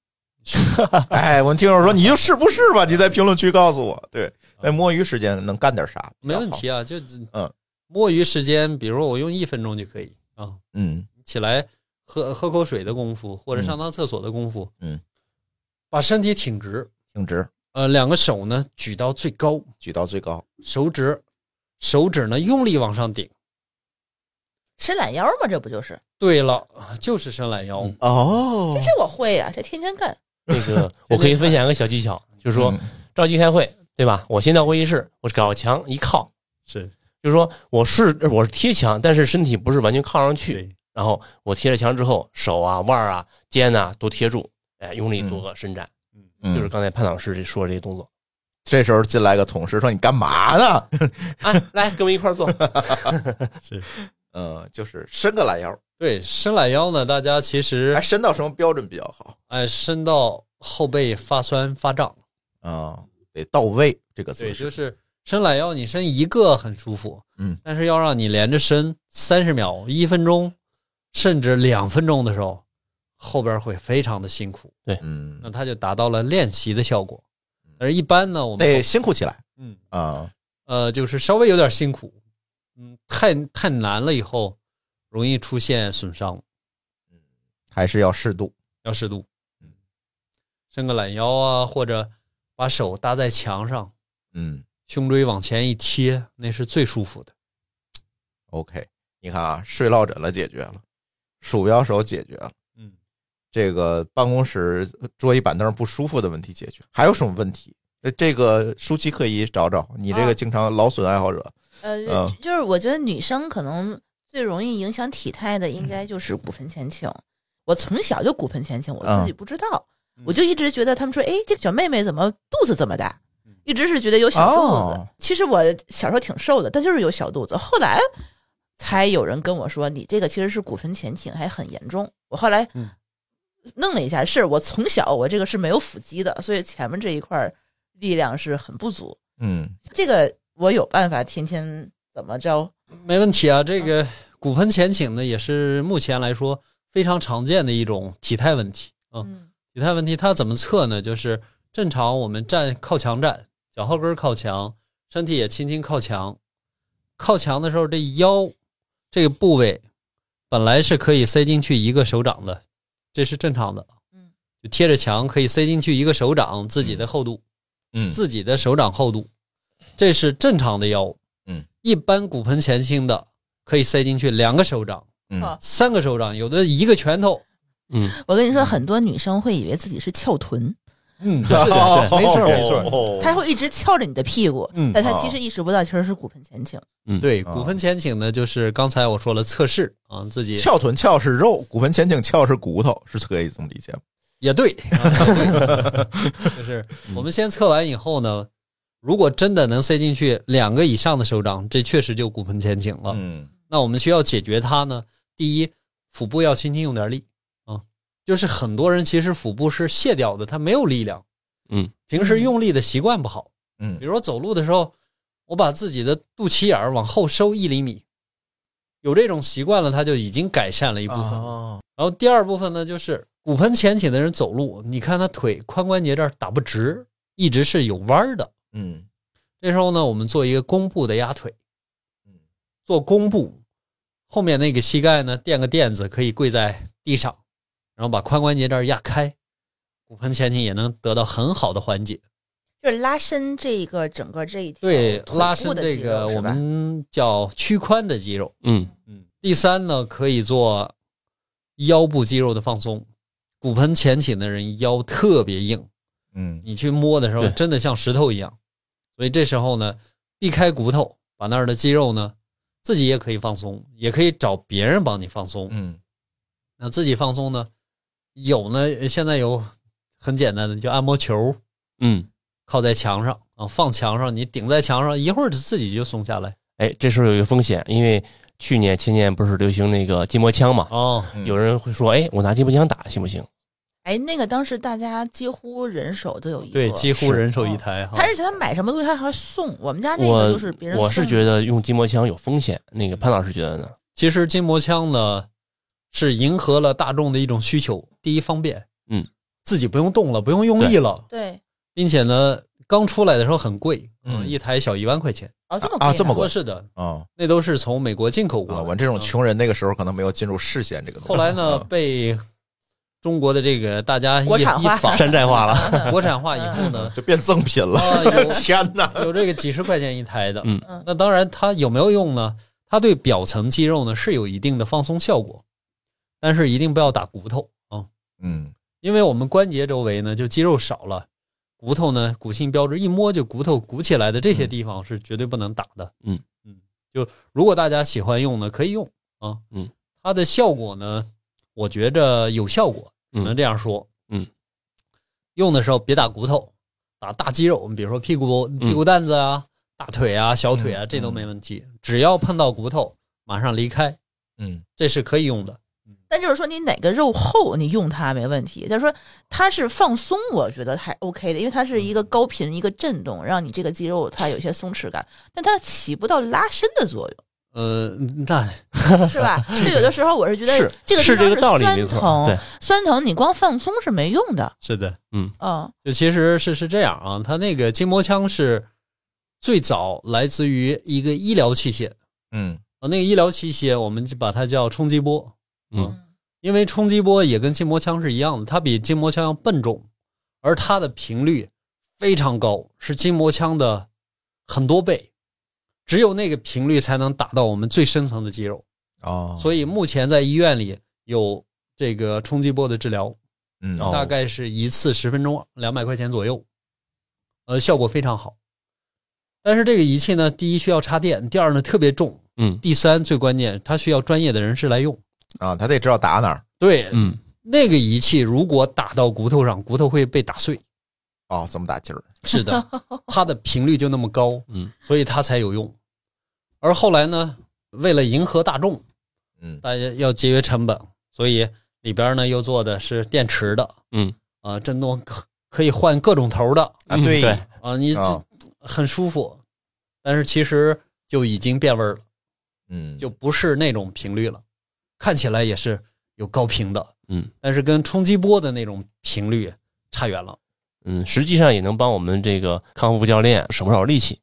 E: 哎，我们听友说你就是不是吧？你在评论区告诉我，对，在摸鱼时间能干点啥？
G: 啊没问。题啊，就
E: 嗯，
G: 摸鱼时间，比如说我用一分钟就可以啊，
E: 嗯
G: 起来喝喝口水的功夫，或者上趟厕所的功夫，
E: 嗯嗯，
G: 把身体挺直，
E: 挺直，
G: 呃，两个手呢举到最高，
E: 举到最高。
G: 手指手指呢用力往上顶。
I: 伸懒腰嘛，这不就是？
G: 对了，就是伸懒腰。
H: 嗯
E: 哦
I: 这这我会呀、这天天干。
H: 那个我可以分享一个小技巧，就是
G: 嗯
H: 说召集开会，对吧？我先到会议室，我搞墙一靠，
G: 是
H: 就是说我是呃我是贴墙，但是身体不是完全靠上去，
G: 对，
H: 然后我贴着墙之后，手啊、腕儿啊、肩呐、都贴住，哎，用力做个伸展，
E: 嗯
H: 就是刚才潘老师这说的这些动作。
E: 这时候进来个同事说：“你干嘛呢
H: 哎，来跟我一块 儿做，
G: 是？”
E: 嗯，就是伸个懒腰，
G: 对伸懒腰呢，大家其实
E: 哎，伸到什么标准比较好？
G: 哎伸到后背发酸发胀，
E: 啊，得到位这个
G: 对，
E: 姿势。
G: 就是伸懒腰，你伸一个很舒服，
E: 嗯，
G: 但是要让你连着伸三十秒、一分钟，甚至两分钟的时候，后边会非常的辛苦，
E: 嗯
G: 那，它就达到了练习的效果。而一般呢，我们
E: 得辛苦起来
G: 嗯
E: 啊。
G: 呃，就是稍微有点辛苦，嗯，太太难了以后，容易出现损伤，
E: 还是要适度。
G: 要适度
E: 嗯，
G: 伸个懒腰啊，或者把手搭在墙上，
E: 嗯
G: 胸椎往前一贴，那是最舒服的。
E: ，OK，你看啊，睡落枕了解决了，鼠标手解决了，
G: 嗯，
E: 这个办公室桌椅板凳不舒服的问题解决，还有什么问题？呃这个舒淇可以找找，你这个
I: 啊
E: 经常劳损爱好者，
I: 呃，
E: 嗯
I: 就是我觉得女生可能最容易影响体态的，应该就是骨盆前倾。我从小就骨盆前倾，
E: 嗯
I: 我自己不知道，我就一直觉得他们说，哎，这小妹妹怎么肚子这么大？一直是觉得有小肚子。
E: 嗯哦
I: 其实我小时候挺瘦的，但就是有小肚子。后来才有人跟我说，你这个其实是骨盆前倾，还很严重。我后来
G: 嗯
I: 弄了一下，是我从小我这个是没有腹肌的，所以前面这一块儿力量是很不足。
E: 嗯，
I: 这个我有办法，天天怎么着？
G: 没问题啊。这个骨盆前倾呢，也是目前来说非常常见的一种体态问题啊。
I: 嗯
G: 体态问题它怎么测呢？就是正常我们站靠墙站，脚后跟儿靠墙，身体也轻轻靠墙。靠墙的时候，这腰这个部位本来是可以塞进去一个手掌的，这是正常的。
I: 嗯，
G: 就贴着墙可以塞进去一个手掌自己的厚度，
E: 嗯
G: 自己的手掌厚度，这是正常的腰。
E: 嗯，
G: 一般骨盆前倾的可以塞进去两个手掌、
E: 嗯
I: 好
G: 三个手掌，有的一个拳头。
H: 嗯，
I: 我跟你说，很多女生会以为自己是翘臀，
G: 嗯，
E: 是的
G: 对没事儿
E: 没
G: 没事儿
E: 错，
I: 她会一直翘着你的屁股，
G: 哦嗯
I: 但她其实意识不到，其实是骨盆前倾。
G: 对，
E: 啊
G: 骨盆前倾呢，就是刚才我说了测试啊，自己
E: 翘臀翘是肉，骨盆前倾翘是骨头，是可以这么理解吗？
G: 也对， 啊就是
E: 嗯
G: 我们先测完以后呢，如果真的能塞进去两个以上的手掌，这确实就骨盆前倾了。
E: 嗯
G: 那我们需要解决它呢，第一，腹部要轻轻用点力啊，就是很多人其实腹部是卸掉的，它没有力量，
H: 嗯，
G: 平时用力的习惯不好，
E: 嗯
G: 比如说走路的时候，我把自己的肚脐眼儿往后收一厘米，有这种习惯了，它就已经改善了一部分。
E: 啊，
G: 然后第二部分呢，就是骨盆前倾的人走路，你看他腿髋关节这儿打不直，一直是有弯儿的。
E: 嗯
G: 这时候呢，我们做一个弓步的压腿，做弓步，后面那个膝盖呢垫个垫子，可以跪在地上，然后把髋关节这儿压开，骨盆前倾也能得到很好的缓解。
I: 就是拉伸这个整个这一条
G: 对，
I: 臀
G: 拉
I: 部
G: 伸
I: 呃的
G: 这
I: 肌
G: 个
I: 肉是
G: 我
I: 吧
G: 们叫屈髋的肌肉。
H: 嗯，
G: 嗯，第三呢，可以做腰部肌肉的放松。骨盆前倾的人腰特别硬，
E: 嗯
G: 你去摸的时候
H: 对
G: 真的像石头一样，所以这时候呢，避开骨头，把那儿的肌肉呢，自己也可以放松，也可以找别人帮你放松。
E: 嗯
G: 那自己放松呢，有呢，现在有很简单的，就按摩球
H: 嗯，
G: 靠在墙上啊，放墙上，你顶在墙上，一会儿自己就松下来。
H: 哎，这时候有一个风险，因为去年前年不是流行那个筋膜枪嘛，
G: 哦，
E: 嗯
H: 有人会说，哎，我拿筋膜枪打行不行？
I: 哎，那个当时大家几乎人手都有一个。啊
G: 对，几乎
H: 是
G: 人手一台哈
I: 他。而且他买什么东西他还会送，我们家那
H: 我
I: 个就是别人
H: 我是
I: 送
H: 觉得用筋膜枪有风险，那个潘老师觉得呢？
G: 其实筋膜枪呢，是迎合了大众的一种需求。第一方便，
H: 嗯，
G: 自己不用动了，不用用力了，
I: 对，
G: 并且呢，刚出来的时候很贵，
E: 嗯
G: 一台小一万块钱。
I: 哦这么
E: 啊
I: 贵
E: 这么
I: 啊
E: 贵
G: 过是的，
E: 哦
G: 那都是从美国进口过
E: 啊，
G: 来的。
E: 我这种
G: 嗯
E: 穷人那个时候可能没有进入视线这个东西。
G: 后来呢，
E: 嗯
G: 被中国的这个大家一
I: 国产
G: 一
I: 化
G: 仿
H: 山寨化了，
G: 国产化以后 呢，
E: 就变赠品 了，
G: 啊，有
E: 天哪！
G: 有这个几十块钱一台的。
H: 嗯
I: 嗯
G: 那当然，它有没有用呢？它对表层肌肉呢是有一定的放松效果，但是一定不要打骨头啊。
E: 嗯
G: 因为我们关节周围呢就肌肉少了，骨头呢骨性标志一摸就骨头鼓起来的这些地方是绝对不能打的。
H: 嗯
G: 嗯，就如果大家喜欢用呢，可以用啊。
H: 嗯，
G: 它的效果呢，我觉着有效果，只
H: 嗯
G: 能这样说。
H: 嗯，
G: 用的时候别打骨头，打大肌肉，比如说屁股
H: 嗯
G: 屁股蛋子啊、大腿啊、小腿啊，
E: 嗯
G: 这都没问题。只要碰到骨头，马上离开，
E: 嗯，
G: 这是可以用的。
I: 但就是说你哪个肉厚，你用它没问题。就是说它是放松，我觉得还 OK 的，因为它是一
H: 嗯
I: 个高频一个震动，让你这个肌肉它有一些松弛感，但它起不到拉伸的作用，
G: 呃，那
I: 是 吧？就有的时候我是觉得
H: 是
I: 这个地
H: 是
I: 方
H: 这个道理，没
I: 酸
H: 错，对
I: 疼，，酸疼你光放松是没用的，
G: 是的。
I: 嗯，
G: 就其实是是这样啊，它那个筋膜枪是最早来自于一个医疗器械
E: 嗯
G: 啊，那个医疗器械我们就把它叫冲击波，
H: 嗯
G: 因为冲击波也跟筋膜枪是一样的，它比筋膜枪要笨重，而它的频率非常高，是筋膜枪的很多倍，只有那个频率才能打到我们最深层的肌肉，
E: 哦，
G: 所
E: 以
G: 以目前在医院里有这个冲击波的治疗，
E: 嗯
H: 哦
G: 大概是一次十分钟，两百块钱左右，呃，效果非常好。但是这个仪器呢，第一需要插电，第二呢特别重，
H: 嗯
G: 第三最关键它需要专业的人士来用。
E: 啊，他得知道打哪儿
G: 对，
H: 嗯，
G: 那个仪器如果打到骨头上，骨头会被打碎。
E: 哦，怎么打筋儿？
G: 是的， 它的频率就那么高，
H: 嗯，
G: 所以它才有用。而后来呢，为了迎合大众，
E: 嗯
G: 大家要节约成本，所以里边呢又做的是电池的，
H: 嗯，
G: 啊、震动可可以换各种头的，
E: 啊，
H: 嗯对
G: 啊，你
E: 啊
G: 这很舒服，但是其实就已经变味儿了，
E: 嗯，
G: 就不是那种频率了，看起来也是有高频的，
H: 嗯，
G: 但是跟冲击波的那种频率差远了，
H: 嗯，实际上也能帮我们这个康复教练省不少力气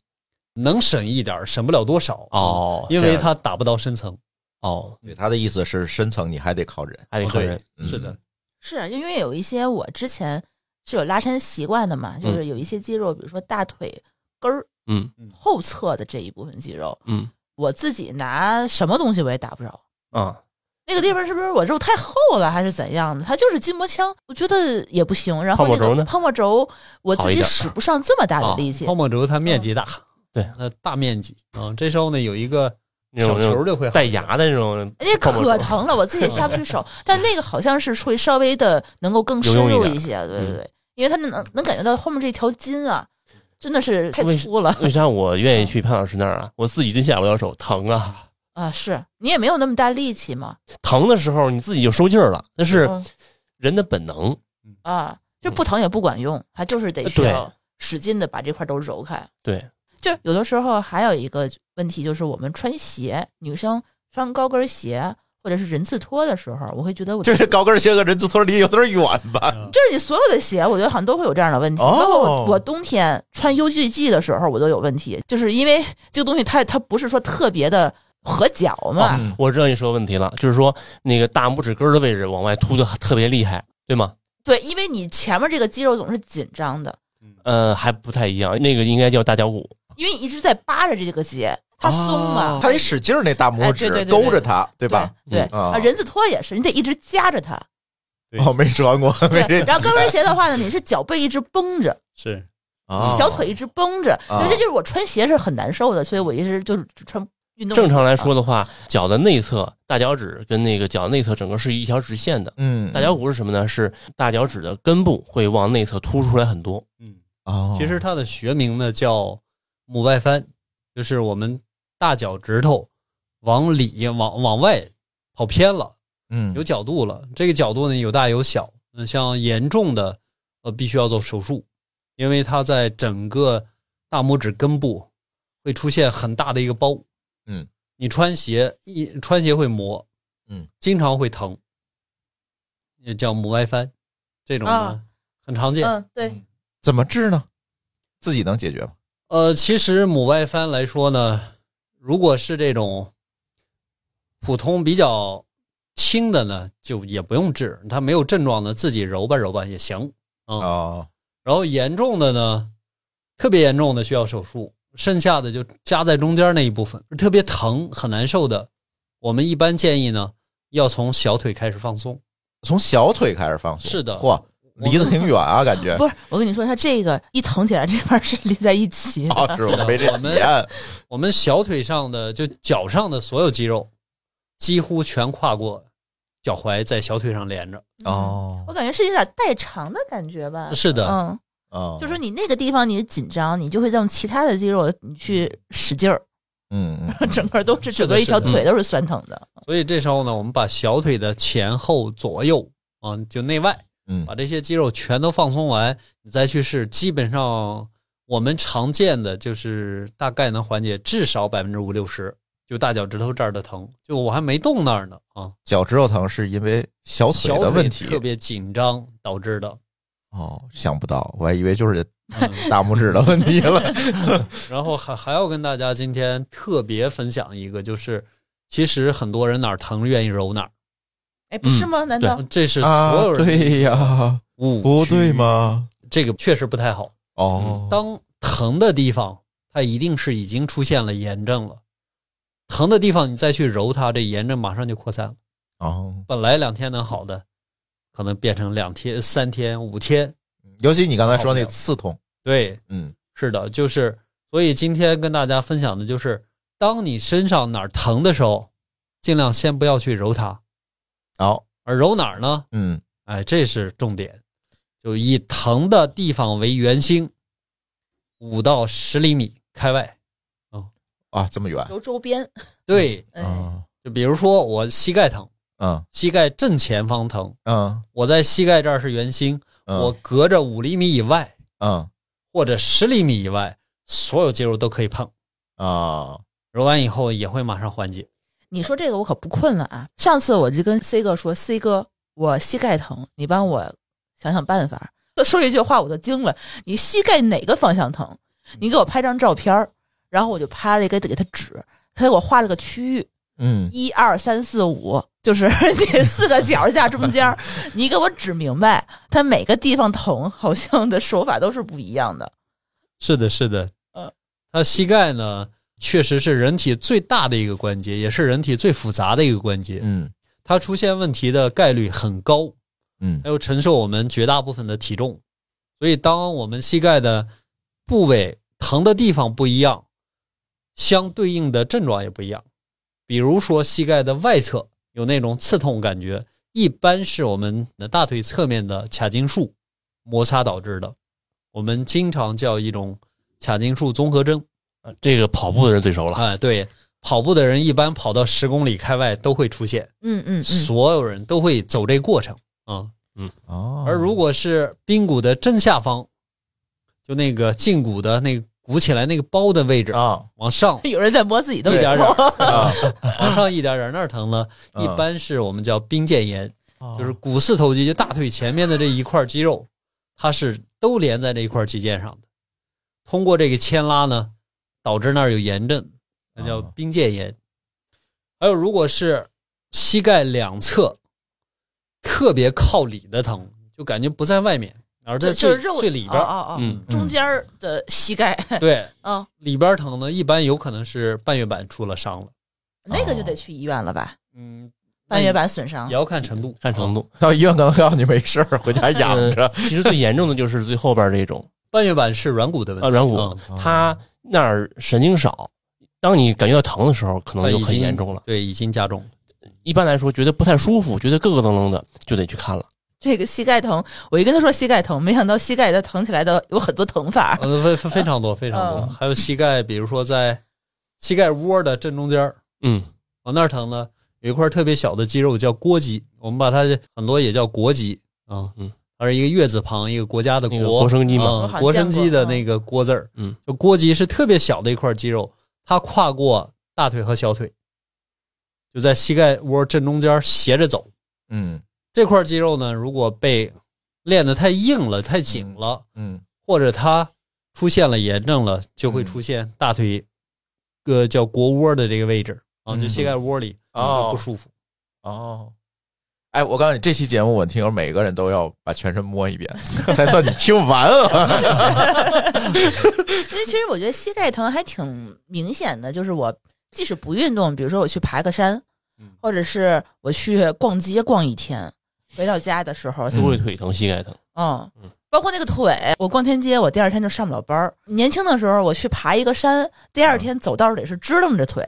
G: 能省一点儿，省不了多少，啊
H: 哦，
G: 因
H: 这
G: 为
H: 样
G: 它打不到深层，
H: 哦，
E: 对他的意思是深层你还得靠人。
H: 还得
G: 哦
H: 靠
G: 对
H: 人，
E: 嗯
G: 是的，
I: 是啊因为有一些我之前是有拉伸习惯的嘛，就是有一些肌肉，比如说大腿根儿
H: 嗯
I: 后侧的这一部分肌肉，
H: 嗯
I: 我自己拿什么东西我也打不着。
H: 啊，
I: 那个地方是不是我肉太厚了，还是怎样的？它就是筋膜枪，我觉得也不行。然后
H: 泡沫
I: 那
H: 轴
I: 个
H: 呢
I: 泡沫轴，我
H: 好
I: 自
H: 一
I: 己
H: 点啊
I: 使不上这么大的力气
G: 泡。沫轴它面积大，
H: 嗯对
G: 那大面积啊，这时候呢有一个
H: 那
G: 小
H: 种那
G: 球
H: 种
G: 就会好
H: 带牙的那种
I: 人家
H: 泡沫轴
I: 哎可疼了，我自己也下不去 手。但那个好像是会稍微的能够更深
H: 有用
I: 入
H: 一
I: 一
H: 点嗯
I: 些，对对对，因为它能能感觉到后面这条筋啊，真的是太
H: 为
I: 粗了
H: 为啥我愿意去潘老师那儿啊？我自己真下不了手，疼啊！
I: 啊！是你也没有那么大力气嘛，
H: 疼的时候你自己就收劲儿了，那是
I: 嗯
H: 人的本能。
I: 啊，就不疼也不管用，它就是得需
H: 呃对
I: 要使劲的把这块都揉开。
H: 对，
I: 就有的时候还有一个问题，就是我们穿鞋，女生穿高跟鞋或者是人字拖的时候，我会觉得我
E: 就是高跟鞋和人字拖离有点远吧？
I: 这里所有的鞋，我觉得好像都会有这样的问题。
E: 哦
I: 包括我，我冬天穿 UGG 的时候，我都有问题，就是因为这个东西它它不是说特别的合脚嘛，
E: 嗯
H: 哦我知道你说的问题了，就是说那个大拇指根儿的位置往外凸的特别厉害，对吗？
I: 对，因为你前面这个肌肉总是紧张的，
H: 呃，还不太一样，那个应该叫大脚骨。
I: 因为你一直在扒着这个鞋，它松嘛，
E: 哦他得使劲儿，那大拇指
I: 哎对对对对
E: 勾着它，对
I: 对
E: 吧？？
I: 对
E: 嗯啊
I: 啊，人字拖也是，你得一直夹 着它。
E: 哦，没穿过，没
I: 对
E: 这，
I: 然后高跟鞋的话呢，你是脚背一直绷着，
G: 是
E: 哦
I: 小腿一直绷着，
E: 哦
I: 所以这就是我穿鞋是很难受的，所以我一直就是只穿运动。啊
H: 正常来说，的话，脚的内侧大脚趾跟那个脚内侧整个是一条直线的。
E: 嗯，
H: 大脚骨是什么呢？是大脚趾的根部会往内侧突出来很多。
G: 嗯，
E: 哦，
G: 其实它的学名呢叫母外翻，就是我们大脚趾头往里往往外跑偏了，
E: 嗯
G: 有角度了。这个角度呢有大有小，嗯，像严重的呃必须要做手术，因为它在整个大拇指根部会出现很大的一个包。
E: 嗯，
G: 你穿鞋一穿鞋会磨，
E: 嗯，
G: 经常会疼，也叫母外翻，这种呢、
I: 啊
G: 很常见。
I: 嗯，对，
E: 怎么治呢？自己能解决吗？
G: 呃，其实母外翻来说呢，如果是这种普通比较轻的呢，就也不用治，它没有症状的自己揉吧揉吧也行。嗯
E: 哦，
G: 然后严重的呢，特别严重的需要手术，剩下的就夹在中间那一部分，特别疼很难受的，我们一般建议呢要从小腿开始放松。
E: 从小腿开始放松，
G: 是的
E: 嚯，离得挺远啊，感觉。
I: 不是，我跟你说，它这个一疼起来，这边是连在一起 的。
E: 哦，是我没这
G: 我
E: 体
G: 们
E: 验。
G: 我们小腿上的就脚上的所有肌肉，几乎全跨过脚踝，在小腿上连着。
E: 哦
G: 嗯
I: 我感觉是有点代偿的感觉吧。
G: 是的
I: 嗯，
E: 哦，
I: 就说你那个地方你紧张，你就会让其他的肌肉你去使劲儿，
E: 嗯，嗯嗯
I: 整个都是
G: 是
I: 整
G: 的
I: 个一条
G: 是的
I: 腿都是酸疼的。
G: 所以这时候呢，我们把小腿的前后左右啊，就内外，
E: 嗯
G: 把这些肌肉全都放松完，你再去试，基本上我们常见的就是大概能缓解至少百分之五六十，就大脚趾头这儿的疼，就我还没动那儿呢啊，
E: 脚趾头疼是因为小腿
G: 小
E: 的问
G: 腿
E: 题
G: 特别紧张导致的。
E: 哦，想不到，我还以为就是
G: 嗯
E: 大拇指的问题了。
G: 然后还还要跟大家今天特别分享一个，就是其实很多人哪儿疼愿意揉哪儿，
I: 哎，不是吗？难道
G: 这 是所
E: 啊
G: 有，人的
E: 对呀，
G: 误区
E: 不对？吗？
G: 这个确实不太好。
E: 哦，
G: 嗯当疼的地方，它一定是已经出现了炎症了。疼的地方你再去揉它，这炎症马上就扩散了。
E: 哦，
G: 本来两天能好的，可能变成两天、三天、五天。
E: 尤其你刚才说那
G: 好不了
E: 刺痛，
G: 对，
E: 嗯
G: 是的，就是所以今天跟大家分享的就是，当你身上哪儿疼的时候，尽量先不要去揉它，
E: 好，
G: 而揉哪儿呢？
E: 嗯，
G: 哎，这是重点，就以疼的地方为圆心，五到十厘米开外。
E: 啊，这么远，
I: 由周边？
G: 对，
I: 哎，
E: 嗯
G: 就比如说我膝盖疼，
E: 嗯
G: 膝盖正前方疼，
E: 嗯，
G: 我在膝盖这儿是圆心，
E: 嗯
G: 我隔着五厘米以外
E: 嗯
G: 或者十厘米以外，所有肌肉都可以碰，
E: 啊，
G: 揉完以后也会马上缓解。
I: 你说这个我可不困了啊！上次我就跟 C 哥说，C 哥，我膝盖疼，你帮我想想办法。他 说了一句话，我都惊了，你膝盖哪个方向疼？你给我拍张照片儿然后我就拍了一个给他指，他给我画了个区域，
E: 嗯
I: 一二三四五，就是 这四个角儿下中间儿，你给我指明白，它每个地方疼好像的手法都是不一样的。
G: 是的，是的，
I: 嗯，
G: 啊它膝盖呢，确实是人体最大的一个关节，也是人体最复杂的一个关节，
E: 嗯
G: 它出现问题的概率很高，
E: 嗯
G: 还有承受我们绝大部分的体重，所以当我们膝盖的部位疼的地方不一样，相对应的症状也不一样。比如说膝盖的外侧有那种刺痛感觉，一般是我们的大腿侧面的髂胫束摩擦导致的，我们经常叫一种髂胫束综合征。
H: 呃这个跑步的人最熟了。
G: 啊，对，跑步的人一般跑到十公里开外都会出现，
I: 嗯嗯嗯，
G: 所有人都会走这过程啊。
E: 哦，
G: 而如果是髌骨的正下方，就那个胫骨的那个骨鼓起来那个包的位置
E: 啊
G: 往上
I: 有人在摸自己的
G: 一点
I: 眉
G: 点
I: 毛，
G: 儿，
E: 啊，
G: 往上一点点儿，那儿疼呢？一
E: 嗯
G: 般是我们叫髌腱炎，
E: 哦
H: 哦
G: 就是股四头肌，就大腿前面的这一块肌肉，它是都连在这一块肌腱上的。通过这个牵拉呢，导致那儿有炎症，那叫
E: 哦
G: 髌腱炎。还有，如果是膝盖两侧特别靠里的疼，就感觉不在外面，而在
I: 就
G: 最
I: 是肉
G: 最里
I: 哦
G: 边儿，
I: 哦哦
G: 嗯，
I: 中间儿的膝盖
G: 对，
I: 啊，
G: 里边儿疼呢，一般有可能是半月板出了伤了，
I: 那个就得去医院了吧？
G: 嗯，
I: 半月板损伤
G: 也，要看程度，
H: 看程度。
E: 到医院可能告诉你没事儿，回家养 着。
H: 其实最严重的就是最后边儿这种，
G: 半月板是软骨的问题，
H: 啊软骨
G: 嗯
H: 他那儿神经少，当你感觉到疼的时候，可能就很严重了。
G: 对，已经加重了。
H: 一般来说，觉得不太舒服，觉得咯咯噔噔的，就得去看了。
I: 这个膝盖疼，我一跟他说膝盖疼，没想到膝盖的疼起来的有很多疼法。
G: 呃，非非非常多，非常多，
I: 嗯
G: 还有膝盖，比如说在膝盖窝的正中间儿
H: 嗯，
G: 往那儿疼呢，有一块特别小的肌肉叫腘肌，我们把它很多也叫腘肌啊，
H: 嗯，
G: 它是一个月字旁，一个国家的
H: 那个
G: 国，
H: 腘绳肌嘛
G: 嗯
I: 我好像
G: 腘绳
I: 见过
G: 肌的
I: 嗯
G: 那个腘字儿，
H: 嗯，
G: 就腘肌是特别小的一块肌肉，它跨过大腿和小腿，就在膝盖窝正中间斜着走。
E: 嗯
G: 这块肌肉呢，如果被练得太硬了、太紧了，
E: 嗯
G: 或者它出现了炎症了，就会出现大腿，个叫腘窝的这个位置啊，
E: 嗯
G: 就膝盖窝里
E: 哦
G: 会不舒服。
E: 哦。哎，我告诉你，这期节目我听友每个人都要把全身摸一遍， 才算你听完啊。
I: 因为其实我觉得膝盖疼还挺明显的，就是我即使不运动，比如说我去爬个山，或者是我去逛街逛一天，回到家的时候，
H: 都会腿疼、膝盖疼。
I: 嗯，包括那个腿，我逛天街，我第二天就上不了班儿。年轻的时候，我去爬一个山，第二天走道儿得是支棱着腿，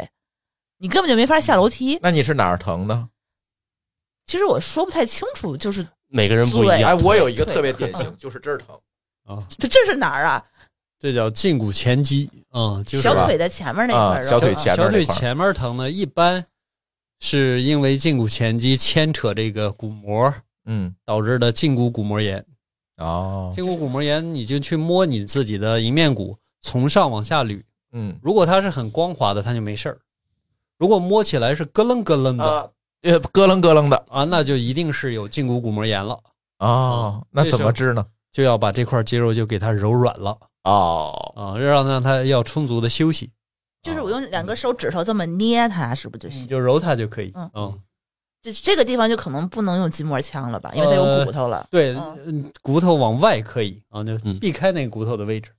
I: 你根本就没法下楼梯。
E: 那你是哪儿疼呢？
I: 其实我说不太清楚，就是
H: 每个人不一
I: 对
E: 哎，
H: 样。
E: 我有一个特别典 型，就是这儿疼。
I: 这这是哪儿啊？
G: 这叫胫骨前肌啊，嗯就是
I: 小
E: 吧
I: 腿的前面那
E: 啊
I: 块肉，
E: 小腿前面
G: 小
E: 那
G: 腿
E: 块儿
G: 前面疼呢，一般是因为胫骨前肌牵扯这个骨膜
E: 嗯，
G: 导致的胫骨骨膜炎。
E: 哦，
G: 胫骨骨膜炎，你就去摸你自己的迎面骨，从上往下捋，
E: 嗯
G: 如果它是很光滑的，它就没事儿；如果摸起来是咯楞咯楞的。
E: 啊，呃，咯楞咯楞的
G: 啊，那就一定是有胫骨骨膜炎了，
E: 哦，那怎么治呢？
G: 就要把这块肌肉就给它柔软了
E: 哦，
G: 啊，让让它要充足的休息，
E: 啊
G: 啊
I: 就是我用两个手指头这么捏它，是不是就
G: 你
I: 行？
G: 就揉它就可以。
I: 嗯
G: 嗯，
I: 这这个地方就可能不能用筋膜枪了吧，因为它有骨头了。
G: 对，
I: 嗯
G: 嗯骨头往外可以啊，就
H: 嗯
G: 避开那个骨头的位置。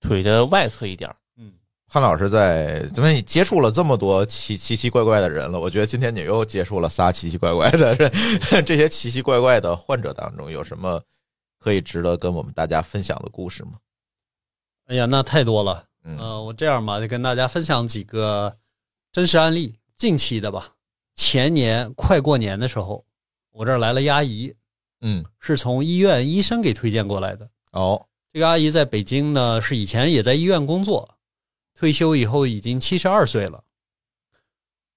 H: 腿的外侧一点儿，
G: 嗯，
E: 潘老师在，咱们接触了这么多奇奇奇怪怪的人了，我觉得今天你又接触了仨奇奇怪怪的人， 这些奇奇怪怪的患者当中，有什么可以值得跟我们大家分享的故事吗？
G: 哎呀，那太多了。
E: 嗯
G: 呃，我这样吧，就跟大家分享几个真实案例，近期的吧。前年快过年的时候，我这儿来了丫姨，
E: 嗯，
G: 是从医院医生给推荐过来的。
E: 哦，
G: 这个阿姨在北京呢，是以前也在医院工作，退休以后已经七十二岁了。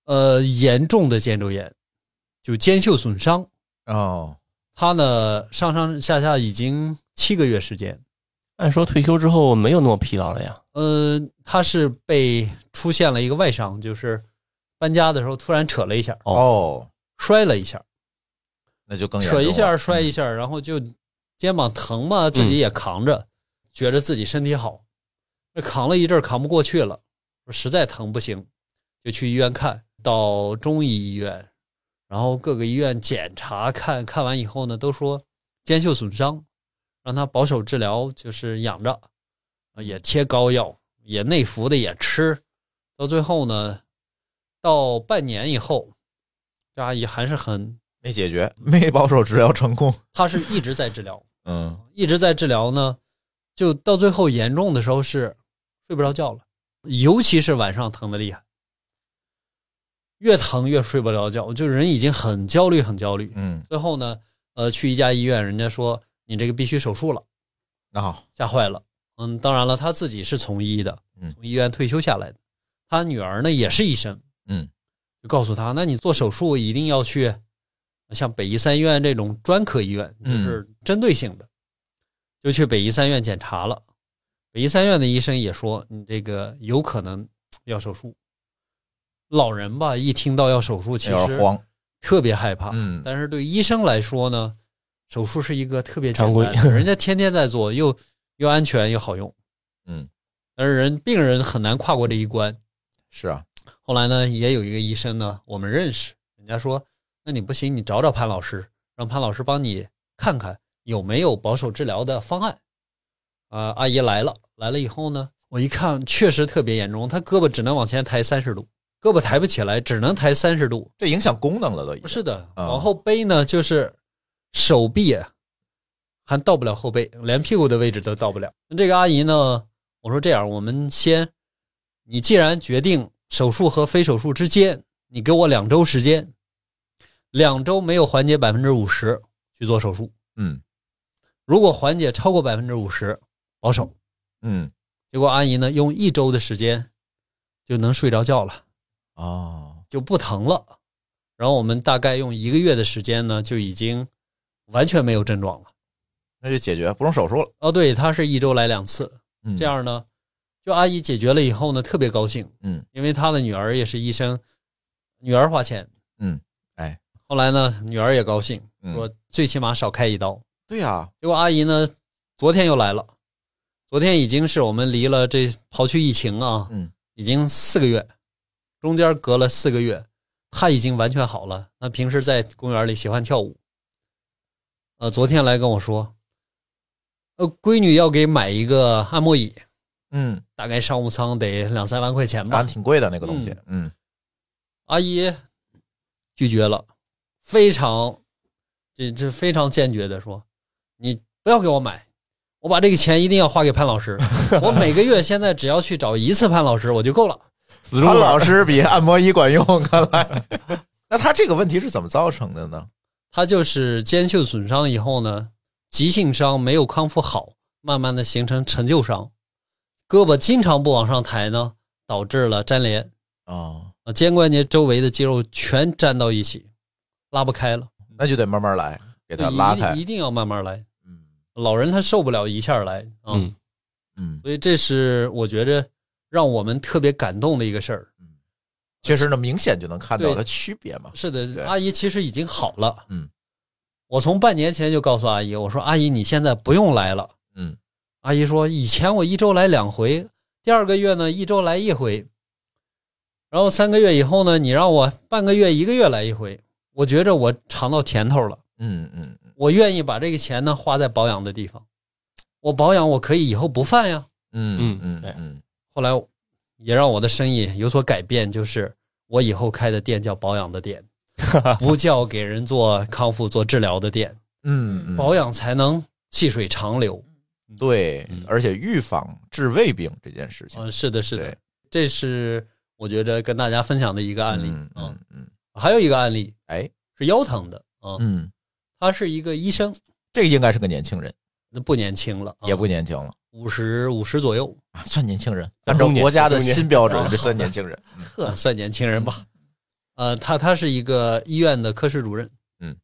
G: 呃，严重的肩周炎，就肩袖损伤。
E: 哦，
G: 她呢，上上下下已经七个月时间。
H: 按说退休之后没有那么疲劳了呀。
G: 呃，她是被出现了一个外伤，就是搬家的时候突然扯了一下，
E: 哦，
G: 摔了一下，
E: 那就更严重
G: 扯
E: 了嗯
G: 一下摔一下，然后就肩膀疼嘛，自己也扛着，觉着自己身体好，这扛了一阵儿扛不过去了，说实在疼不行，就去医院看，到中医医院，然后各个医院检查看看完以后呢，都说肩袖损伤，让他保守治疗，就是养着，啊也贴膏药，也内服的也吃，到最后呢，到半年以后，这阿姨还是很
E: 没解决，没保守治疗成功。
G: 他是一直在治疗，
E: 嗯，
G: 一直在治疗呢，就到最后严重的时候是睡不着觉了，尤其是晚上疼的厉害，越疼越睡不着觉，就人已经很焦虑，很焦虑。
E: 嗯，
G: 最后呢，呃，去一家医院，人家说你这个必须手术了，
E: 那好，
G: 吓坏了。嗯，当然了，他自己是从医的，
E: 嗯
G: 从医院退休下来的，他女儿呢也是医生，
E: 嗯，
G: 就告诉他，那你做手术一定要去像北医三院这种专科医院，就
E: 嗯
G: 是针对性的，就去北医三院检查了。北医三院的医生也说，你这个有可能要手术。老人吧，一听到要手术，其
E: 有点
G: 实
E: 慌，
G: 特别害怕。
E: 嗯，
G: 但是对医生来说呢，手术是一个特别
H: 常
G: 简
H: 规
G: 单的，人家天天在做，又又安全又好用。
E: 嗯，
G: 但是人病人很难跨过这一关。
E: 是啊，
G: 后来呢，也有一个医生呢，我们认识，人家说，那你不行，你找找潘老师，让潘老师帮你看看有没有保守治疗的方案。啊、阿姨来了，来了以后呢，我一看确实特别严重，她胳膊只能往前抬三十度，胳膊抬不起来，只能抬三十度。
E: 这影响功能了都已经。
G: 不是的，
E: 啊
G: 往后背呢，就是手臂啊还到不了后背，连屁股的位置都到不了。那这个阿姨呢，我说这样，我们先，你既然决定手术和非手术之间，你给我两周时间，两周没有缓解百分之五十去做手术，
E: 嗯
G: 如果缓解超过百分之五十，保守。
E: 嗯
G: 结果阿姨呢，用一周的时间就能睡着觉了。
E: 哦，
G: 就不疼了。然后我们大概用一个月的时间呢，就已经完全没有症状了。
E: 那就解决，不用手术了。
G: 哦，对，他是一周来两次，
E: 嗯，
G: 这样呢，就阿姨解决了以后呢，特别高兴，
E: 嗯，
G: 因为她的女儿也是医生，女儿花钱，
E: 嗯，哎，
G: 后来呢，女儿也高兴，
E: 嗯
G: 说最起码少开一刀。
E: 对啊呀，
G: 结果阿姨呢，昨天又来了，昨天已经是我们离了这刨去疫情啊，
E: 嗯，
G: 已经四个月，中间隔了四个月，她已经完全好了。那平时在公园里喜欢跳舞，呃，昨天来跟我说，呃，闺女要给买一个按摩椅，
E: 嗯，
G: 大概商务舱得两三万块钱吧。
E: 啊，挺贵的那个东西，嗯
G: 阿姨拒绝了，非常这这非常坚决的说：“你不要给我买，我把这个钱一定要花给潘 老师。我每个月现在只要去找一次潘老师我就够了。
H: 潘
E: 潘老师比按摩仪管用， 看来。那他这个问题是怎么造成的呢？”
G: 他就是肩袖损伤以后呢，急性伤没有康复好，慢慢的形成陈旧伤，胳膊经常不往上抬呢，导致了粘连，
E: 哦，
G: 啊肩关节周围的肌肉全粘到一起，拉不开了，
E: 那就得慢慢来，给他
G: 一
E: 拉开
G: 定。一定要慢慢来。
E: 嗯
G: 老人他受不了一下来啊，
H: 嗯，
E: 嗯，
G: 所以这是我觉着让我们特别感动的一个事儿。
E: 确实呢，明显就能看到
G: 对
E: 它区别嘛。
G: 是
E: 啊对
G: 的，阿姨其实已经好了。
E: 嗯，
G: 我从半年前就告诉阿姨，我说阿姨你现在不用来了。
E: 嗯，
G: 阿姨说以前我一周来两回，第二个月呢一周来一回，然后三个月以后呢，你让我半个月一个月来一回，我觉着我尝到甜头了。
E: 嗯嗯嗯
G: 我愿意把这个钱呢花在保养的地方，我保养我可以以后不犯呀。
E: 嗯嗯
H: 对
E: 嗯
G: 后来也让我的生意有所改变，就是我以后开的店叫保养的 店，不叫给人做康复、做治疗的店，
E: 嗯嗯，
G: 保养才能细水长流。
E: 对
H: 嗯，
E: 而且预防治胃病这件事情
G: 嗯，，是的，是的
E: 对，
G: 这是我觉得跟大家分享的一个案例。
E: 嗯
G: 嗯
E: 嗯，嗯，
G: 还有一个案例
E: 哎，
G: 是腰疼的啊，
E: 嗯，
G: 他是一个医生，
E: 这个应该是个年轻人，
G: 那不年轻了，嗯
E: 也不年轻了，
G: 五十五十左右，
E: 啊算年轻人。
H: 咱
E: 按照
H: 中年
E: 国家的
H: 中年
E: 新标准，这算年轻人。
G: 啊算年轻人吧。呃，他他是一个医院的科室主任，
E: 嗯，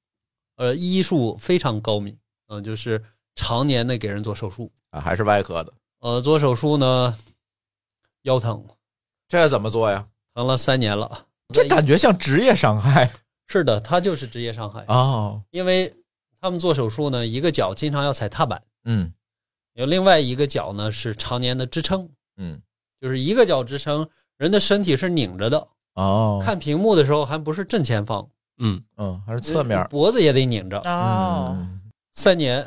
G: 呃，医术非常高明，嗯、就是常年的给人做手术，
E: 啊，还是外科的，
G: 呃，做手术呢腰疼，
E: 这怎么做呀？
G: 疼了三年了，
E: 这感觉像职业伤害
G: 是的，他就是职业伤害，
E: 哦。
G: 因为他们做手术呢，一个脚经常要踩踏板，
E: 嗯
G: 有另外一个脚呢是常年的支撑，
E: 嗯
G: 就是一个脚支撑，人的身体是拧着的，
E: 哦，
G: 看屏幕的时候还不是正前方，
H: 嗯，
E: 嗯，还是侧面。
G: 脖子也得拧着，
I: 哦，
E: 嗯，
G: 三年，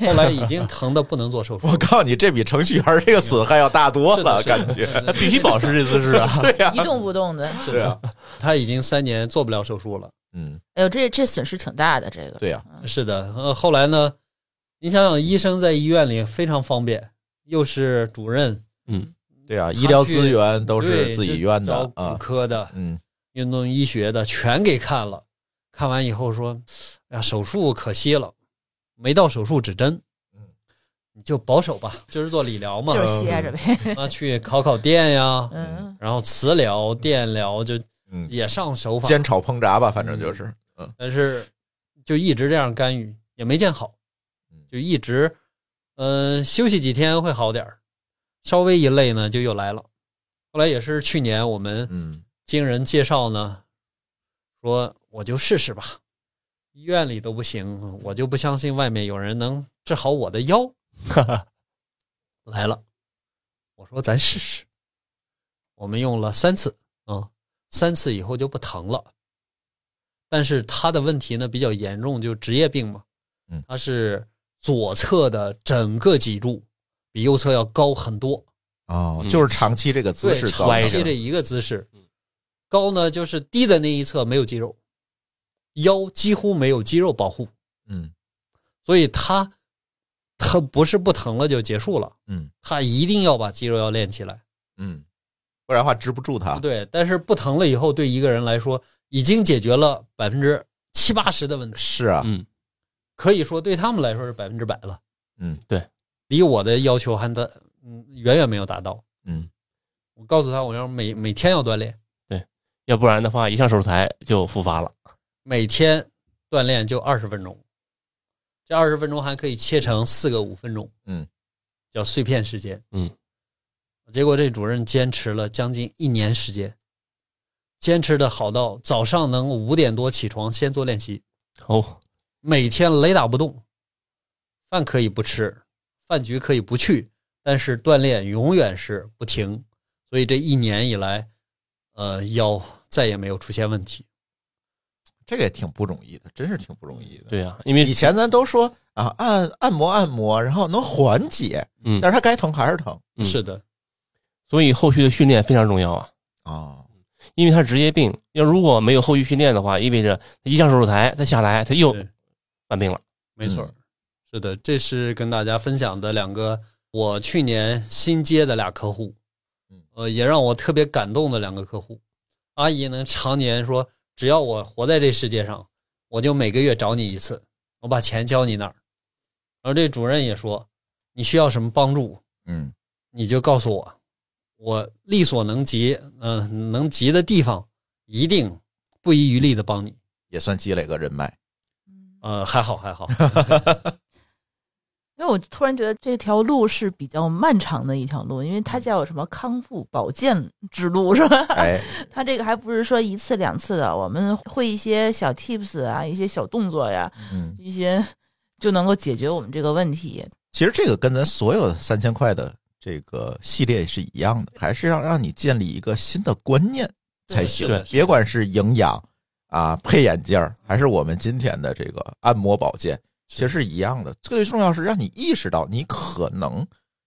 G: 后来已经疼的不能做手术。
E: 我告诉你，这比程序员这个损害要大多
G: 是的
E: 了，
G: 是的
E: 感觉。
G: 对对对
H: 必须保持这姿势啊。
E: 对呀
I: 一，动不动的，
E: 对呀，
G: 他已经三年做不了手术了。
E: 嗯，
I: 哎呦，这这损失挺大的，这个嗯
E: 对呀，
G: 是的，呃，后来呢，你想想，医生在医院里非常方便，又是主任，
H: 嗯，
E: 对呀，医疗资源都是
G: 对
E: 自
G: 就
E: 己院
G: 找
E: 的
G: 骨
E: 啊。
G: 科的、
E: 嗯
G: 运动医学的全给看了，看完以后说，哎呀，手术可惜了，没到手术指针，
E: 嗯
G: 你就保守吧，就是做理疗嘛
I: 就，是 歇着呗，
G: 啊，去烤烤电呀，
I: 嗯，
G: 然后磁疗、电疗就
E: 嗯，
G: 也上手法，
E: 煎炒烹炸吧，反正就是。
G: 但是就一直这样干预也没见好
E: 嗯，
G: 就一直嗯、呃休息几天会好点儿，稍微一类呢就又来了。后来也是去年我们
E: 嗯
G: 经人介绍呢，说我就试试吧，医院里都不行，我就不相信外面有人能治好我的腰。来了，我说咱试试，我们用了三次，嗯，三次以后就不疼了。但是他的问题呢比较严重，就职业病嘛，
E: 嗯，
G: 他是左侧的整个脊柱比右侧要高很多，
E: 哦，
H: 嗯
E: 就是长期这个姿势
G: 对，
E: 造
G: 长
H: 歪
E: 成
H: 着
G: 期
E: 的
G: 这一个姿势
H: 嗯，
G: 高呢就是低的那一侧没有肌肉，腰几乎没有肌肉保护，
E: 嗯
G: 所以他他不是不疼了就结束了，
E: 嗯
G: 他一定要把肌肉要练起来。
E: 嗯，不然的话支不住它。
G: 对，但是不疼了以后，对一个人来说已经解决了百分之七八十的问题，
E: 是啊，
H: 嗯，
G: 可以说对他们来说是百分之百了。
E: 嗯，
H: 对，
G: 离我的要求还的嗯远远没有达到。
E: 嗯，
G: 我告诉他，我要每每天要锻炼。
H: 要不然的话，一上手术台就复发了。
G: 每天锻炼就二十分钟，这二十分钟还可以切成四个五分钟，
E: 嗯，
G: 叫碎片时间，
H: 嗯。
G: 结果这主任坚持了将近一年时间，坚持的好到早上能五点多起床先做练习，
H: 哦，
G: 每天雷打不动，饭可以不吃，饭局可以不去，但是锻炼永远是不停。所以这一年以来，呃，腰再也没有出现问题。
E: 这个也挺不容易的，真是挺不容易的。，
H: 对呀、啊因为
E: 以前咱都说啊，按按摩按摩，然后能缓解，
H: 嗯
E: 但是它该疼还是疼
H: 嗯
G: 是的，
H: 所以后续的训练非常重要啊，
E: 啊。
H: 因为他是职业病，要如果没有后续训练的话，意味着他一上手术台，他下来他又
G: 对
H: 犯病了。
G: 没错，
E: 嗯
G: 是的，这是跟大家分享的两个我去年新接的俩客户
E: 嗯，
G: 呃，也让我特别感动的两个客户。阿姨呢，常年说，只要我活在这世界上，我就每个月找你一次，我把钱交你那儿。然后这主任也说，你需要什么帮助，
E: 嗯
G: 你就告诉我，我力所能及，嗯、能及的地方，一定不遗余力的帮你。
E: 也算积累个人 脉。
G: 呃，还好还好，
I: 因为我突然觉得这条路是比较漫长的一条路，因为它叫什么康复保健之路是吧？
E: 哎，
I: 它这个还不是说一次两次的，我们会一些小 tips 啊，一些小动作呀，
E: 嗯，
I: 一些就能够解决我们这个问题。
E: 其实这个跟咱所有三千块的这个系列是一样的，还是要让你建立一个新的观念才行
G: 对是的。是的
E: 别管是营养啊、配眼镜儿，还是我们今天的这个按摩保健，其实是一样的。最重要是让你意识到你可能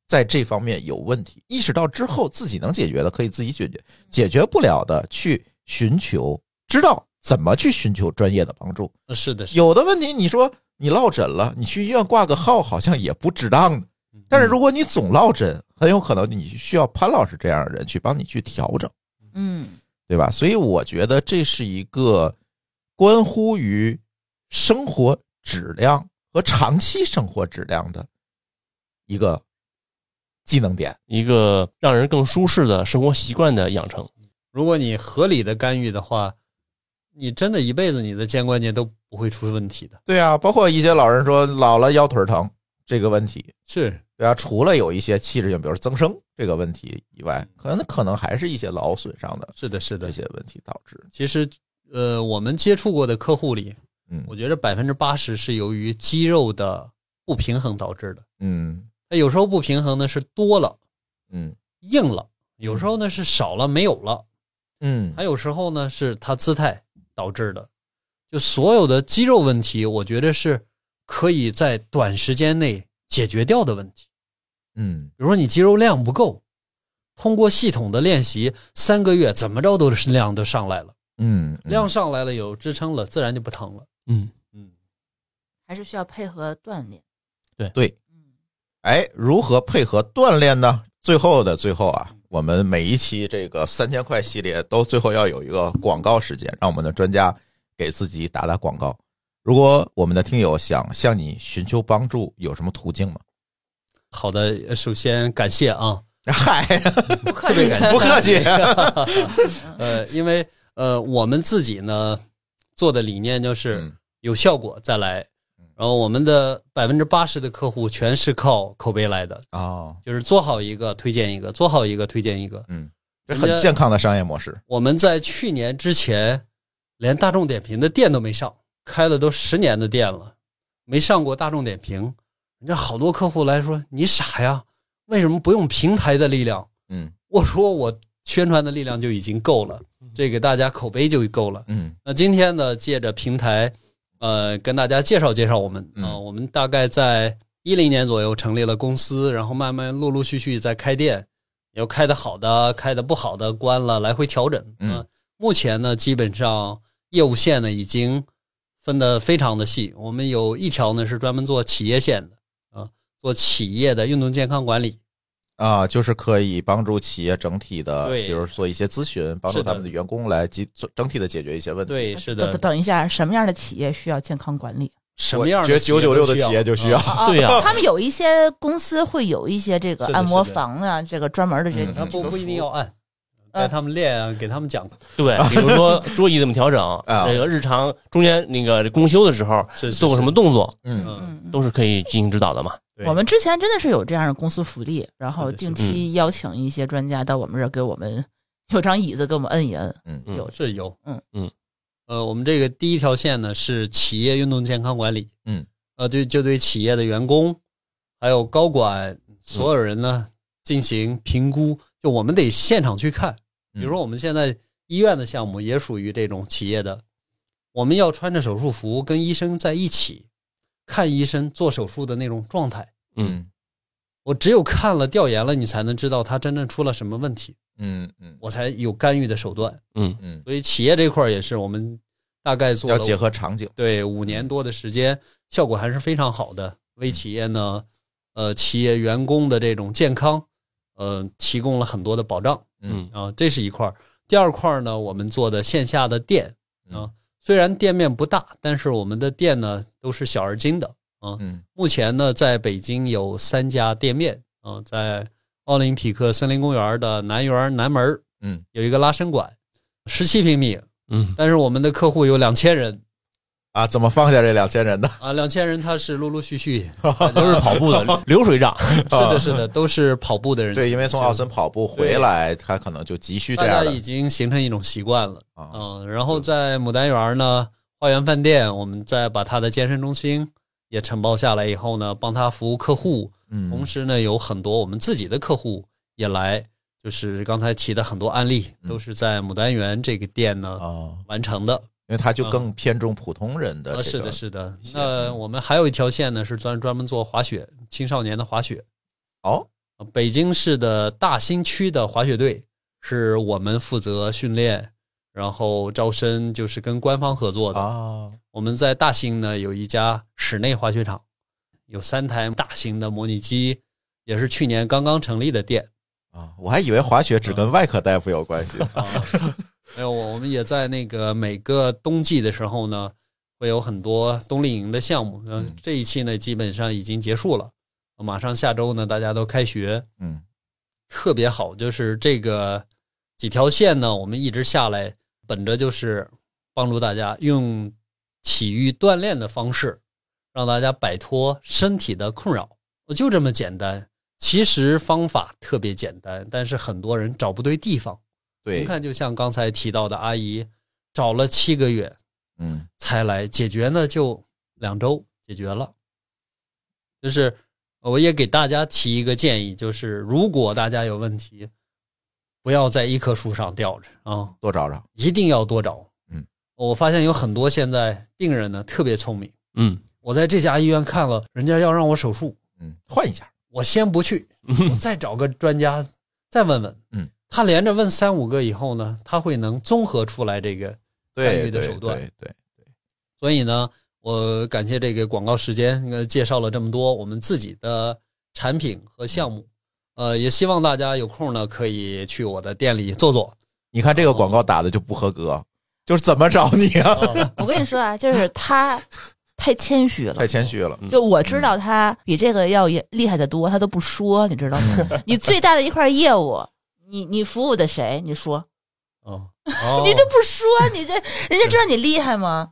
E: 在这方面有问题，意识到之后自己能解决的可以自己解决，
G: 嗯
E: 解决不了的去寻求，知道怎么去寻求专业的帮助。
G: 是的，是的
E: 有的问题，你说你落枕了，你去医院挂个号好像也不值当的。但是如果你总落枕，很有可能你需要潘老师这样的人去帮你去调整，
I: 嗯，
E: 对吧？所以我觉得这是一个关乎于生活质量和长期生活质量的一个技能点。
H: 一个让人更舒适的生活习惯的养成，
G: 如果你合理的干预的话，你真的一辈子你的肩关节都不会出问题的。
E: 对啊，包括一些老人说老了腰腿疼这个问题，
G: 是，
E: 对啊，除了有一些器质性，比如增生这个问题以外，可能可能还是一些劳损上的
G: 嗯是的，是
E: 这
G: 的。
E: 些问题导致的。
G: 其实，呃，我们接触过的客户里，
E: 嗯
G: 我觉得百分之八十是由于肌肉的不平衡导致的。
E: 嗯
G: 它有时候不平衡呢是多了、
E: 嗯
G: 硬了，有时候呢是少了、没有了，
E: 嗯
G: 还有时候呢是他姿态导致的。就所有的肌肉问题，我觉得是可以在短时间内解决掉的问题。
E: 嗯
G: 比如说你肌肉量不够，通过系统的练习，三个月怎么着都是量都上来了，
E: 嗯，
G: 量上来了有支撑了，自然就不疼了。
H: 嗯，
G: 嗯，
I: 还是需要配合锻炼。
E: 对。
I: 嗯，
E: 哎，如何配合锻炼呢？最后的最后啊，
G: 嗯
E: 我们每一期这个三千块系列都最后要有一个广告时间，让我们的专家给自己打打广告。如果我们的听友想向你寻求帮助，有什么途径吗？
G: 好的，呃首先感谢啊，
E: 嗨，
I: 不客
G: 特别感谢，
E: 不客气
G: 呃，因为呃我们自己呢做的理念就是
E: 嗯
G: 有效果再来
E: 嗯，
G: 然后我们的百分之八十的客户全是靠口碑来的，
E: 哦，
G: 就是做好一个推荐一个，做好一个推荐一个。
E: 这很健康的商业模式。
G: 我们在去年之前，连大众点评的店都没上，开了都十年的店了，没上过大众点评。人家好多客户来说：“你傻呀，为什么不用平台的力量
E: 嗯？”
G: 我说：“我宣传的力量就已经够了，这给大家口碑就够了。”
E: 嗯
G: 那今天呢，借着平台，呃，跟大家介绍介绍我们啊、
E: 嗯
G: 我们大概在一零年左右成立了公司，然后慢慢陆陆续续在开店，有开的好的，开的不好的关了，来回调整。
E: 嗯
G: 呃目前呢，基本上业务线呢已经分得非常的细，我们有一条呢是专门做企业线的啊、做企业的运动健康管理。
E: 啊，就是可以帮助企业整体的，
G: 对
E: 比如做一些咨询，帮助
G: 是的
E: 他们的员工来及做整体的解决一些问题。
G: 对，是
I: 等
G: 的，
I: 等一下，什么样的企业需要健康管理？
G: 什么样
E: 我
G: 的
E: 觉得
G: 企业
E: 九九
G: 都
E: 六的企业就需要
G: 啊
I: 啊
H: 对呀
I: 他们有一些公司会有一些这个
G: 是的
I: 按摩
G: 是的
I: 房啊，这个专门的这
E: 嗯
I: 个
G: 那不不一定要按，带他们练啊，给他们讲
H: 对，比如说桌椅怎么调整，
E: 啊
H: 这个日常中间那个公休的时候
G: 是是
H: 做过什么动作，
E: 嗯
G: 嗯，
I: 嗯，嗯
H: 都是可以进行指导的嘛。
G: 对
I: 我们之前真的是有这样的公司福利，然
G: 是
I: 后
G: 的
I: 定
H: 是的
I: 期邀请一些专家到我们这儿给我们有张椅子给我们摁一摁。
H: 嗯
I: 有
G: 是有，
I: 嗯
H: 嗯，
G: 呃，我们这个第一条线呢是企业运动健康管理，
E: 嗯，
G: 呃，对，就对企业的员工还有高管所有人呢、进行评估，就我们得现场去看，比如说我们现在医院的项目也属于这种企业的，我们要穿着手术服跟医生在一起看医生做手术的那种状态，
E: 嗯
G: 我只有看了调研了，你才能知道他真正出了什么问题，
E: 嗯嗯
G: 我才有干预的手段。
H: 嗯，
E: 嗯，
G: 所以企业这块儿也是我们大概做
E: 要
G: 了
E: 结合场景。
G: 对五年多的时间，效果还是非常好的。为企业呢，呃，企业员工的这种健康，呃，提供了很多的保障
E: 嗯
G: 啊、这是一块儿。第二块儿呢，我们做的线下的店啊、
E: 嗯
G: 虽然店面不大，但是我们的店呢都是小而精的。
E: 嗯
G: 目前呢，在北京有三家店面，嗯、在奥林匹克森林公园的南园南门儿
E: 嗯
G: 有一个拉伸馆，十七平米，
H: 嗯，
G: 但是我们的客户有两千人
E: 啊，怎么放下这两千人的？
G: 啊，两千人他是陆陆续 续，
H: 都是跑步的流水账。
G: 是的，是的，都是跑步的人，
E: 对，因为从奥森跑步回来，他可能就急需这
G: 大
E: 样
G: 家
E: 的
G: 已经形成一种习惯了。
E: 啊，
G: 嗯，然后在牡丹园呢，花园饭店，我们再把它的健身中心也承包下来以后呢，帮他服务客户，
E: 嗯，
G: 同时呢，有很多我们自己的客户也来，就是刚才提的很多案例
E: 嗯
G: 都是在牡丹园这个店呢、
E: 啊，
G: 完成的。
E: 因为他就更偏重普通人的
G: 嗯啊，是
E: 这
G: 的，
E: 个
G: 是的
E: 一。些
G: 那
E: 嗯
G: 我们还有一条线呢，是专专门做滑雪青少年的滑雪。
E: 哦，
G: 啊北京市的大兴区的滑雪队是我们负责训练，然后招生就是跟官方合作的。
E: 啊，
G: 我们在大兴呢有一家室内滑雪场，有三台大型的模拟机，也是去年刚刚成立的店。
E: 啊，我还以为滑雪
G: 嗯
E: 只跟外科大夫有关系。
G: 啊，还有我我们也在那个每个冬季的时候呢，会有很多冬令营的项目。嗯
E: 嗯，
G: 这一期呢基本上已经结束了，马上下周呢大家都开学，
E: 嗯
G: 特别好。就是这个几条线呢，我们一直下来，本着就是帮助大家用体育锻炼的方式，让大家摆脱身体的困扰，就这么简单。其实方法特别简单，但是很多人找不对地方。
E: 对
G: 您，看，就像刚才提到的阿姨，找了七个月
E: 嗯
G: 才来解决呢，就两周解决了。就是我也给大家提一个建议，就是如果大家有问题，不要在一棵树上吊着啊，
E: 多找找。
G: 一定要多找。哦
E: 嗯，
G: 我发现有很多现在病人呢特别聪明，
H: 嗯，
G: 我在这家医院看了，人家要让我手术，
E: 嗯，换一下。
G: 我先 不去，我再找个专家再问问。
E: 嗯，
G: 他连着问三五个以后呢，他会能综合出来这个。干
E: 对
G: 预的手
E: 对
G: 段
E: 对对，
G: 所以呢，我感谢这个广告时间，呃，介绍了这么多我们自己的产品和项目。呃，也希望大家有空呢，可以去我的店里坐坐。
E: 你看这个广告
G: 哦
E: 打的就不合格，就是怎么找你啊？
I: 我跟你说啊，就是他太谦虚了
E: 太。谦虚了。
I: 就我知道他比这个要也厉害的多，他都不说，你知道吗？你最大的一块业务，你你服务的谁？你说，
G: 哦，哦哦
I: 你这不说，你这人家知道你厉害吗？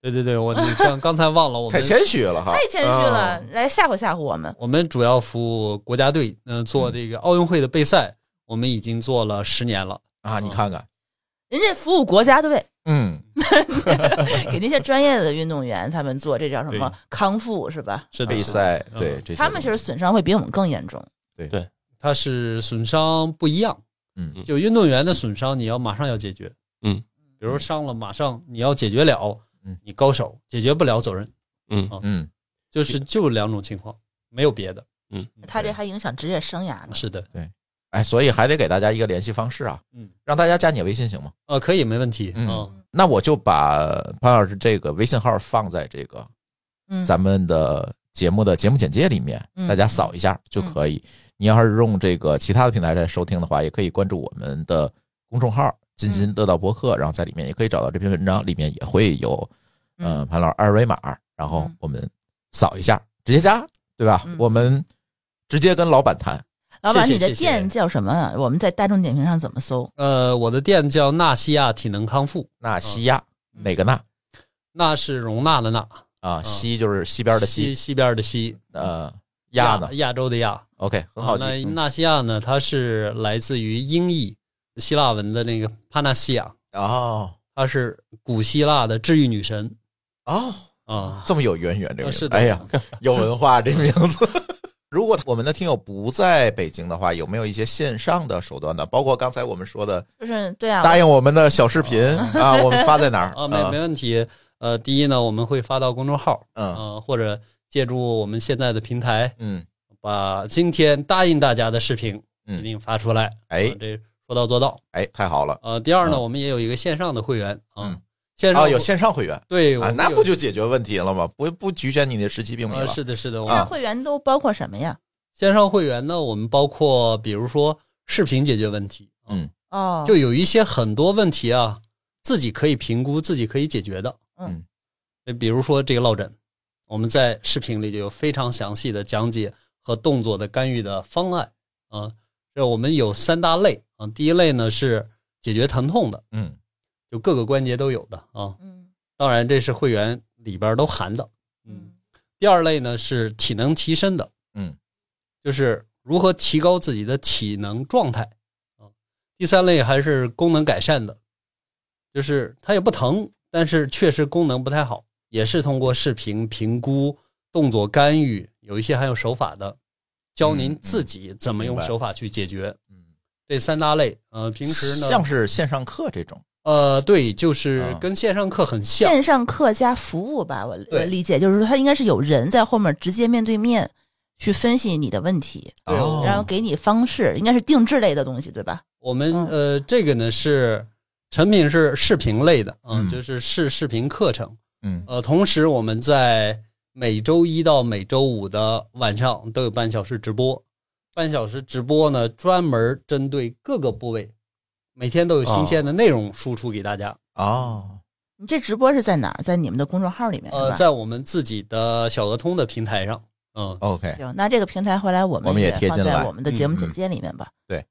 G: 对对对，我你刚刚才忘了我
E: 太
G: 们。
E: 谦虚了哈，啊
I: 太谦虚
G: 哦
I: 了，来吓唬吓唬我们。
G: 我们主要服务国家队，嗯、做这个奥运会的备赛，我们已经做了十年了。
E: 啊！你看看，
I: 人家服务国家队，
E: 嗯，
I: 给那些 专业的运动员他们做这叫什么康复是吧？
G: 是的
E: 备
G: 是的
E: 赛
G: 嗯
E: 对这些，
I: 他们其实损伤会比我们更严重。
G: 它是损伤不一样。
E: 嗯
G: 就运动员的损伤，你要马上要解决。
H: 嗯，
G: 比如伤了，马上你要解决了
E: 嗯，
G: 你高手解决不了走人，
H: 嗯
G: 啊
E: 嗯，
G: 就是就两种情况，没有别的。
H: 嗯
I: 他这还影响职业生涯
E: 嗯
I: 呢。嗯
G: 是的，
E: 哎，所以还得给大家一个联系方式啊，
G: 嗯，
E: 让大家加你微信行吗？
G: 呃，可以，没问题。
E: 嗯
G: 嗯
E: 那我就把潘老师这个微信号放在这个
I: 嗯，
E: 咱们的节目的节目简介里面，
I: 嗯
E: 大家扫一下就可以。你要是用这个其他的平台来收听的话，也可以关注我们的公众号“津津乐道播客”，然后在里面也可以找到这篇文章，里面也会有嗯
I: 嗯
E: 潘老师二维码，然后
I: 嗯
E: 我们扫一下，直接加，对吧？
I: 嗯
E: 我们直接跟老板谈。
I: 老板，
G: 谢谢
I: 你的
G: 谢谢
I: 店叫什么啊？我们在大众点评上怎么搜？
G: 呃，我的店叫纳西亚体能康复，
E: 纳西亚、
I: 嗯
E: 哪个纳
G: 纳是容纳的纳，
E: 啊？
G: 嗯
E: 西就是西边的
G: 西
E: 西，
G: 西边的西，
E: 呃，亚呢
G: 亚洲的亚。
E: ？OK，很好
G: 嗯
E: 记。
G: 那
E: 嗯
G: 纳西亚呢，它是来自于英译希腊文的那个帕纳西亚，
E: 哦
G: 她是古希腊的治愈女神
E: 哦，
G: 啊。
E: 这么有渊源，这个名字
G: 是的，
E: 哎呀，，有文化这名字。 如果我们的听友不在北京的话，有没有一些线上的手段呢？包括刚才我们说的，
I: 就是对啊，哦
E: 答应我们的小视频啊，我们发在 哪儿？
G: 啊，没没问题。呃，第一呢，我们会发到公众号，
E: 嗯
G: 呃，或者借助我们现在的平台，
E: 嗯
G: 把今天答应大家的视频给
E: 嗯，
G: 您发出来。
E: 哎
G: 啊这说到做到。
E: 哎，太好了
G: 呃，第二呢，
E: 嗯
G: 我们也有一个线上的会员啊
E: 嗯，
G: 线上
E: 啊！有
G: 会
E: 线上会员
G: 对，我
E: 啊，
G: 们
E: 那
G: 有
E: 不就解决问题了吗？不不局限你的时期病名
G: 呃
E: 了。啊
G: 是的，是的，我
I: 线上
G: 们
I: 会员都包括什么呀？
G: 线上会员呢，我们包括比如说视频解决问题，啊
E: 嗯，
I: 哦，
G: 就有一些很多问题啊，自己可以评估，自己可以解决的，
I: 嗯，
G: 比如说这个落枕，我们在视频里就有非常详细的讲解和动作的干预的方案啊，这我们有三大类啊，第一类呢是解决疼痛的，
E: 嗯
G: 就各个关节都有的啊，
I: 嗯
G: 当然这是会员里边都含的，
I: 嗯，
G: 第二类呢是体能提升的，
E: 嗯，
G: 就是如何提高自己的体能状态啊。第三类还是功能改善的，就是它也不疼，但是确实功能不太好，也是通过视频评估、动作干预，有一些还有手法的，教您
E: 嗯
G: 自己怎么
E: 明
G: 用
E: 白
G: 手法去解决。
E: 嗯，
G: 这三大类，呃，平时呢，
E: 像是线上课这种，
G: 呃，对，就是
E: 啊
G: 跟线上课很像，
I: 线上课加服务吧，我我
G: 对
I: 理解就是说，他应该是有人在后面直接面对面去分析你的问题，
E: 对哦
I: 然后给你方式，应该是定制类的东西，对吧？
G: 我们、
I: 嗯
G: 呃，这个呢是产品是视频类的啊、
E: 嗯
G: 就是视视频课程。
E: 嗯
G: 呃，同时我们在每周一到每周五的晚上都有半小时直播，半小时直播呢专门针对各个部位，每天都有新鲜的内容输出给大家。
E: 哦，
I: 你这直播是在哪儿？在你们的公众号里面
G: 呃，
I: 是吧？
G: 在我们自己的小额通的平台上，嗯，
E: OK，
I: 行，那这个平台回来我
E: 我
I: 们
E: 们也贴
I: 放
E: 进来
I: 在我们的节目
E: 嗯
I: 简
E: 嗯
I: 介里面吧。
E: 对，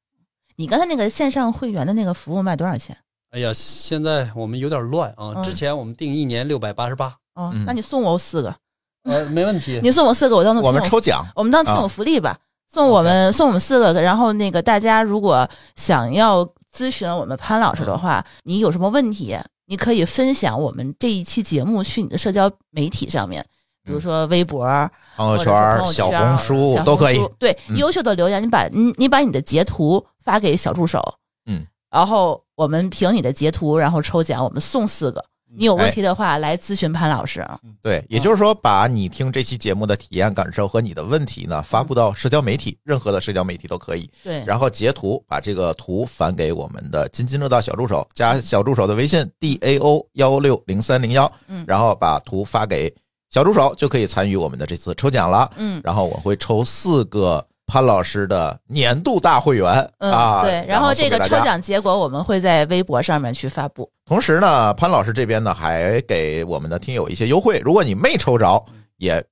I: 你刚才那个线上会员的那个服务卖多少钱？
G: 哎呀，现在我们有点乱啊，
I: 嗯
G: 之前我们定一年六百八十八，
I: 哦
E: 嗯，
I: 那你送我四个，
G: 呃，没问题。
I: 你送我四个，我当做
E: 我们抽奖，
I: 我们当听友福利
E: 啊
I: 吧，送我们送我们四个，然后那个大家如果想要咨询我们潘老师
E: 嗯
I: 的话，你有什么问题，你可以分享我们这一期节目去你的社交媒体上面，比如说微博、
E: 嗯朋友
I: 或者是朋
E: 圈、
I: 友
E: 小
I: 圈啊
E: 红书都可以
I: 小。红书对，
E: 嗯
I: 优秀的留言，你把你你把你的截图发给小助手，
E: 嗯，
I: 然后我们凭你的截图，然后抽奖，我们送四
E: 嗯
I: 个。你有
E: 哎
I: 问题的话，来咨询潘老师。啊
E: 对，
I: 嗯
E: 也就是说，把你听这期节目的体验感受和你的问题呢，发布到社交媒体，任何的社交媒体都可以。
I: 对，
E: 然后截图，把这个图返给我们的津津乐道小助手，加小助手的微信 d a o 幺六零三零幺
I: 嗯，
E: 然后把图发给小助手，就可以参与我们的这次抽奖了。
I: 嗯，
E: 然后我会抽四个潘老师的年度大会员、
I: 嗯，
E: 啊，
I: 对，然后
E: 后
I: 这个
E: 送给
I: 抽
E: 大家
I: 奖结果我们会在微博上面去发布。
E: 同时呢，潘老师这边呢还给我们的听友一些优惠，如果你没抽着，也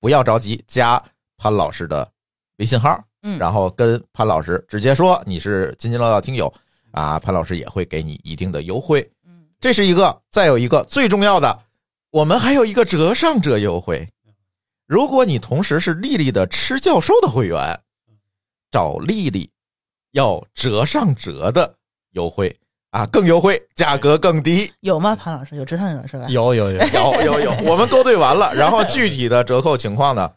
E: 不要着急，加潘老师的微信号，
I: 嗯，
E: 然后跟潘老师直接说你是津津乐道听友啊，潘老师也会给你一定的优惠。
I: 嗯
E: 这是一个，再有一个最重要的，我们还有一个折上折优惠，如果你同时是丽丽的吃教授的会员，找丽丽要折上折的优惠啊，更优惠，价格更低。
I: 有吗？潘老师有职场人是吧？
G: 有有有，
E: 有有有，我们勾兑完了，然后具体的折扣情况呢，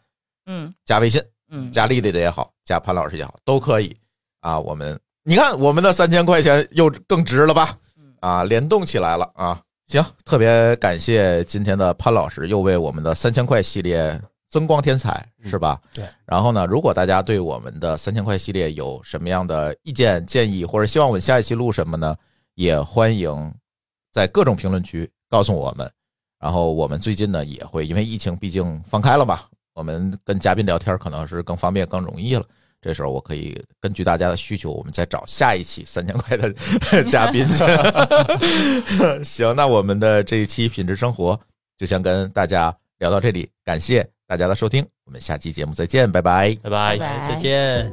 I: 嗯
E: 加微信，
I: 嗯，
E: 加丽丽的也好，加潘老师也好，都可以啊。我们你看，我们的三千块钱又更值了吧？啊，联动起来了啊！行，特别感谢今天的潘老师，又为我们的三千块系列增光添彩，是吧？
H: 对。
E: 然后呢，如果大家对我们的三千块系列有什么样的意见建议，或者希望我们下一期录什么呢，也欢迎在各种评论区告诉我们。然后我们最近呢也会，因为疫情毕竟放开了嘛，我们跟嘉宾聊天可能是更方便、更容易了。这时候我可以根据大家的需求，我们再找下一期三千块的嘉宾。 行，那我们的这一期品质生活就先跟大家聊到这里，感谢大家的收听，我们下期节目再见，拜拜。
H: 拜拜
I: 拜。拜
G: 再见。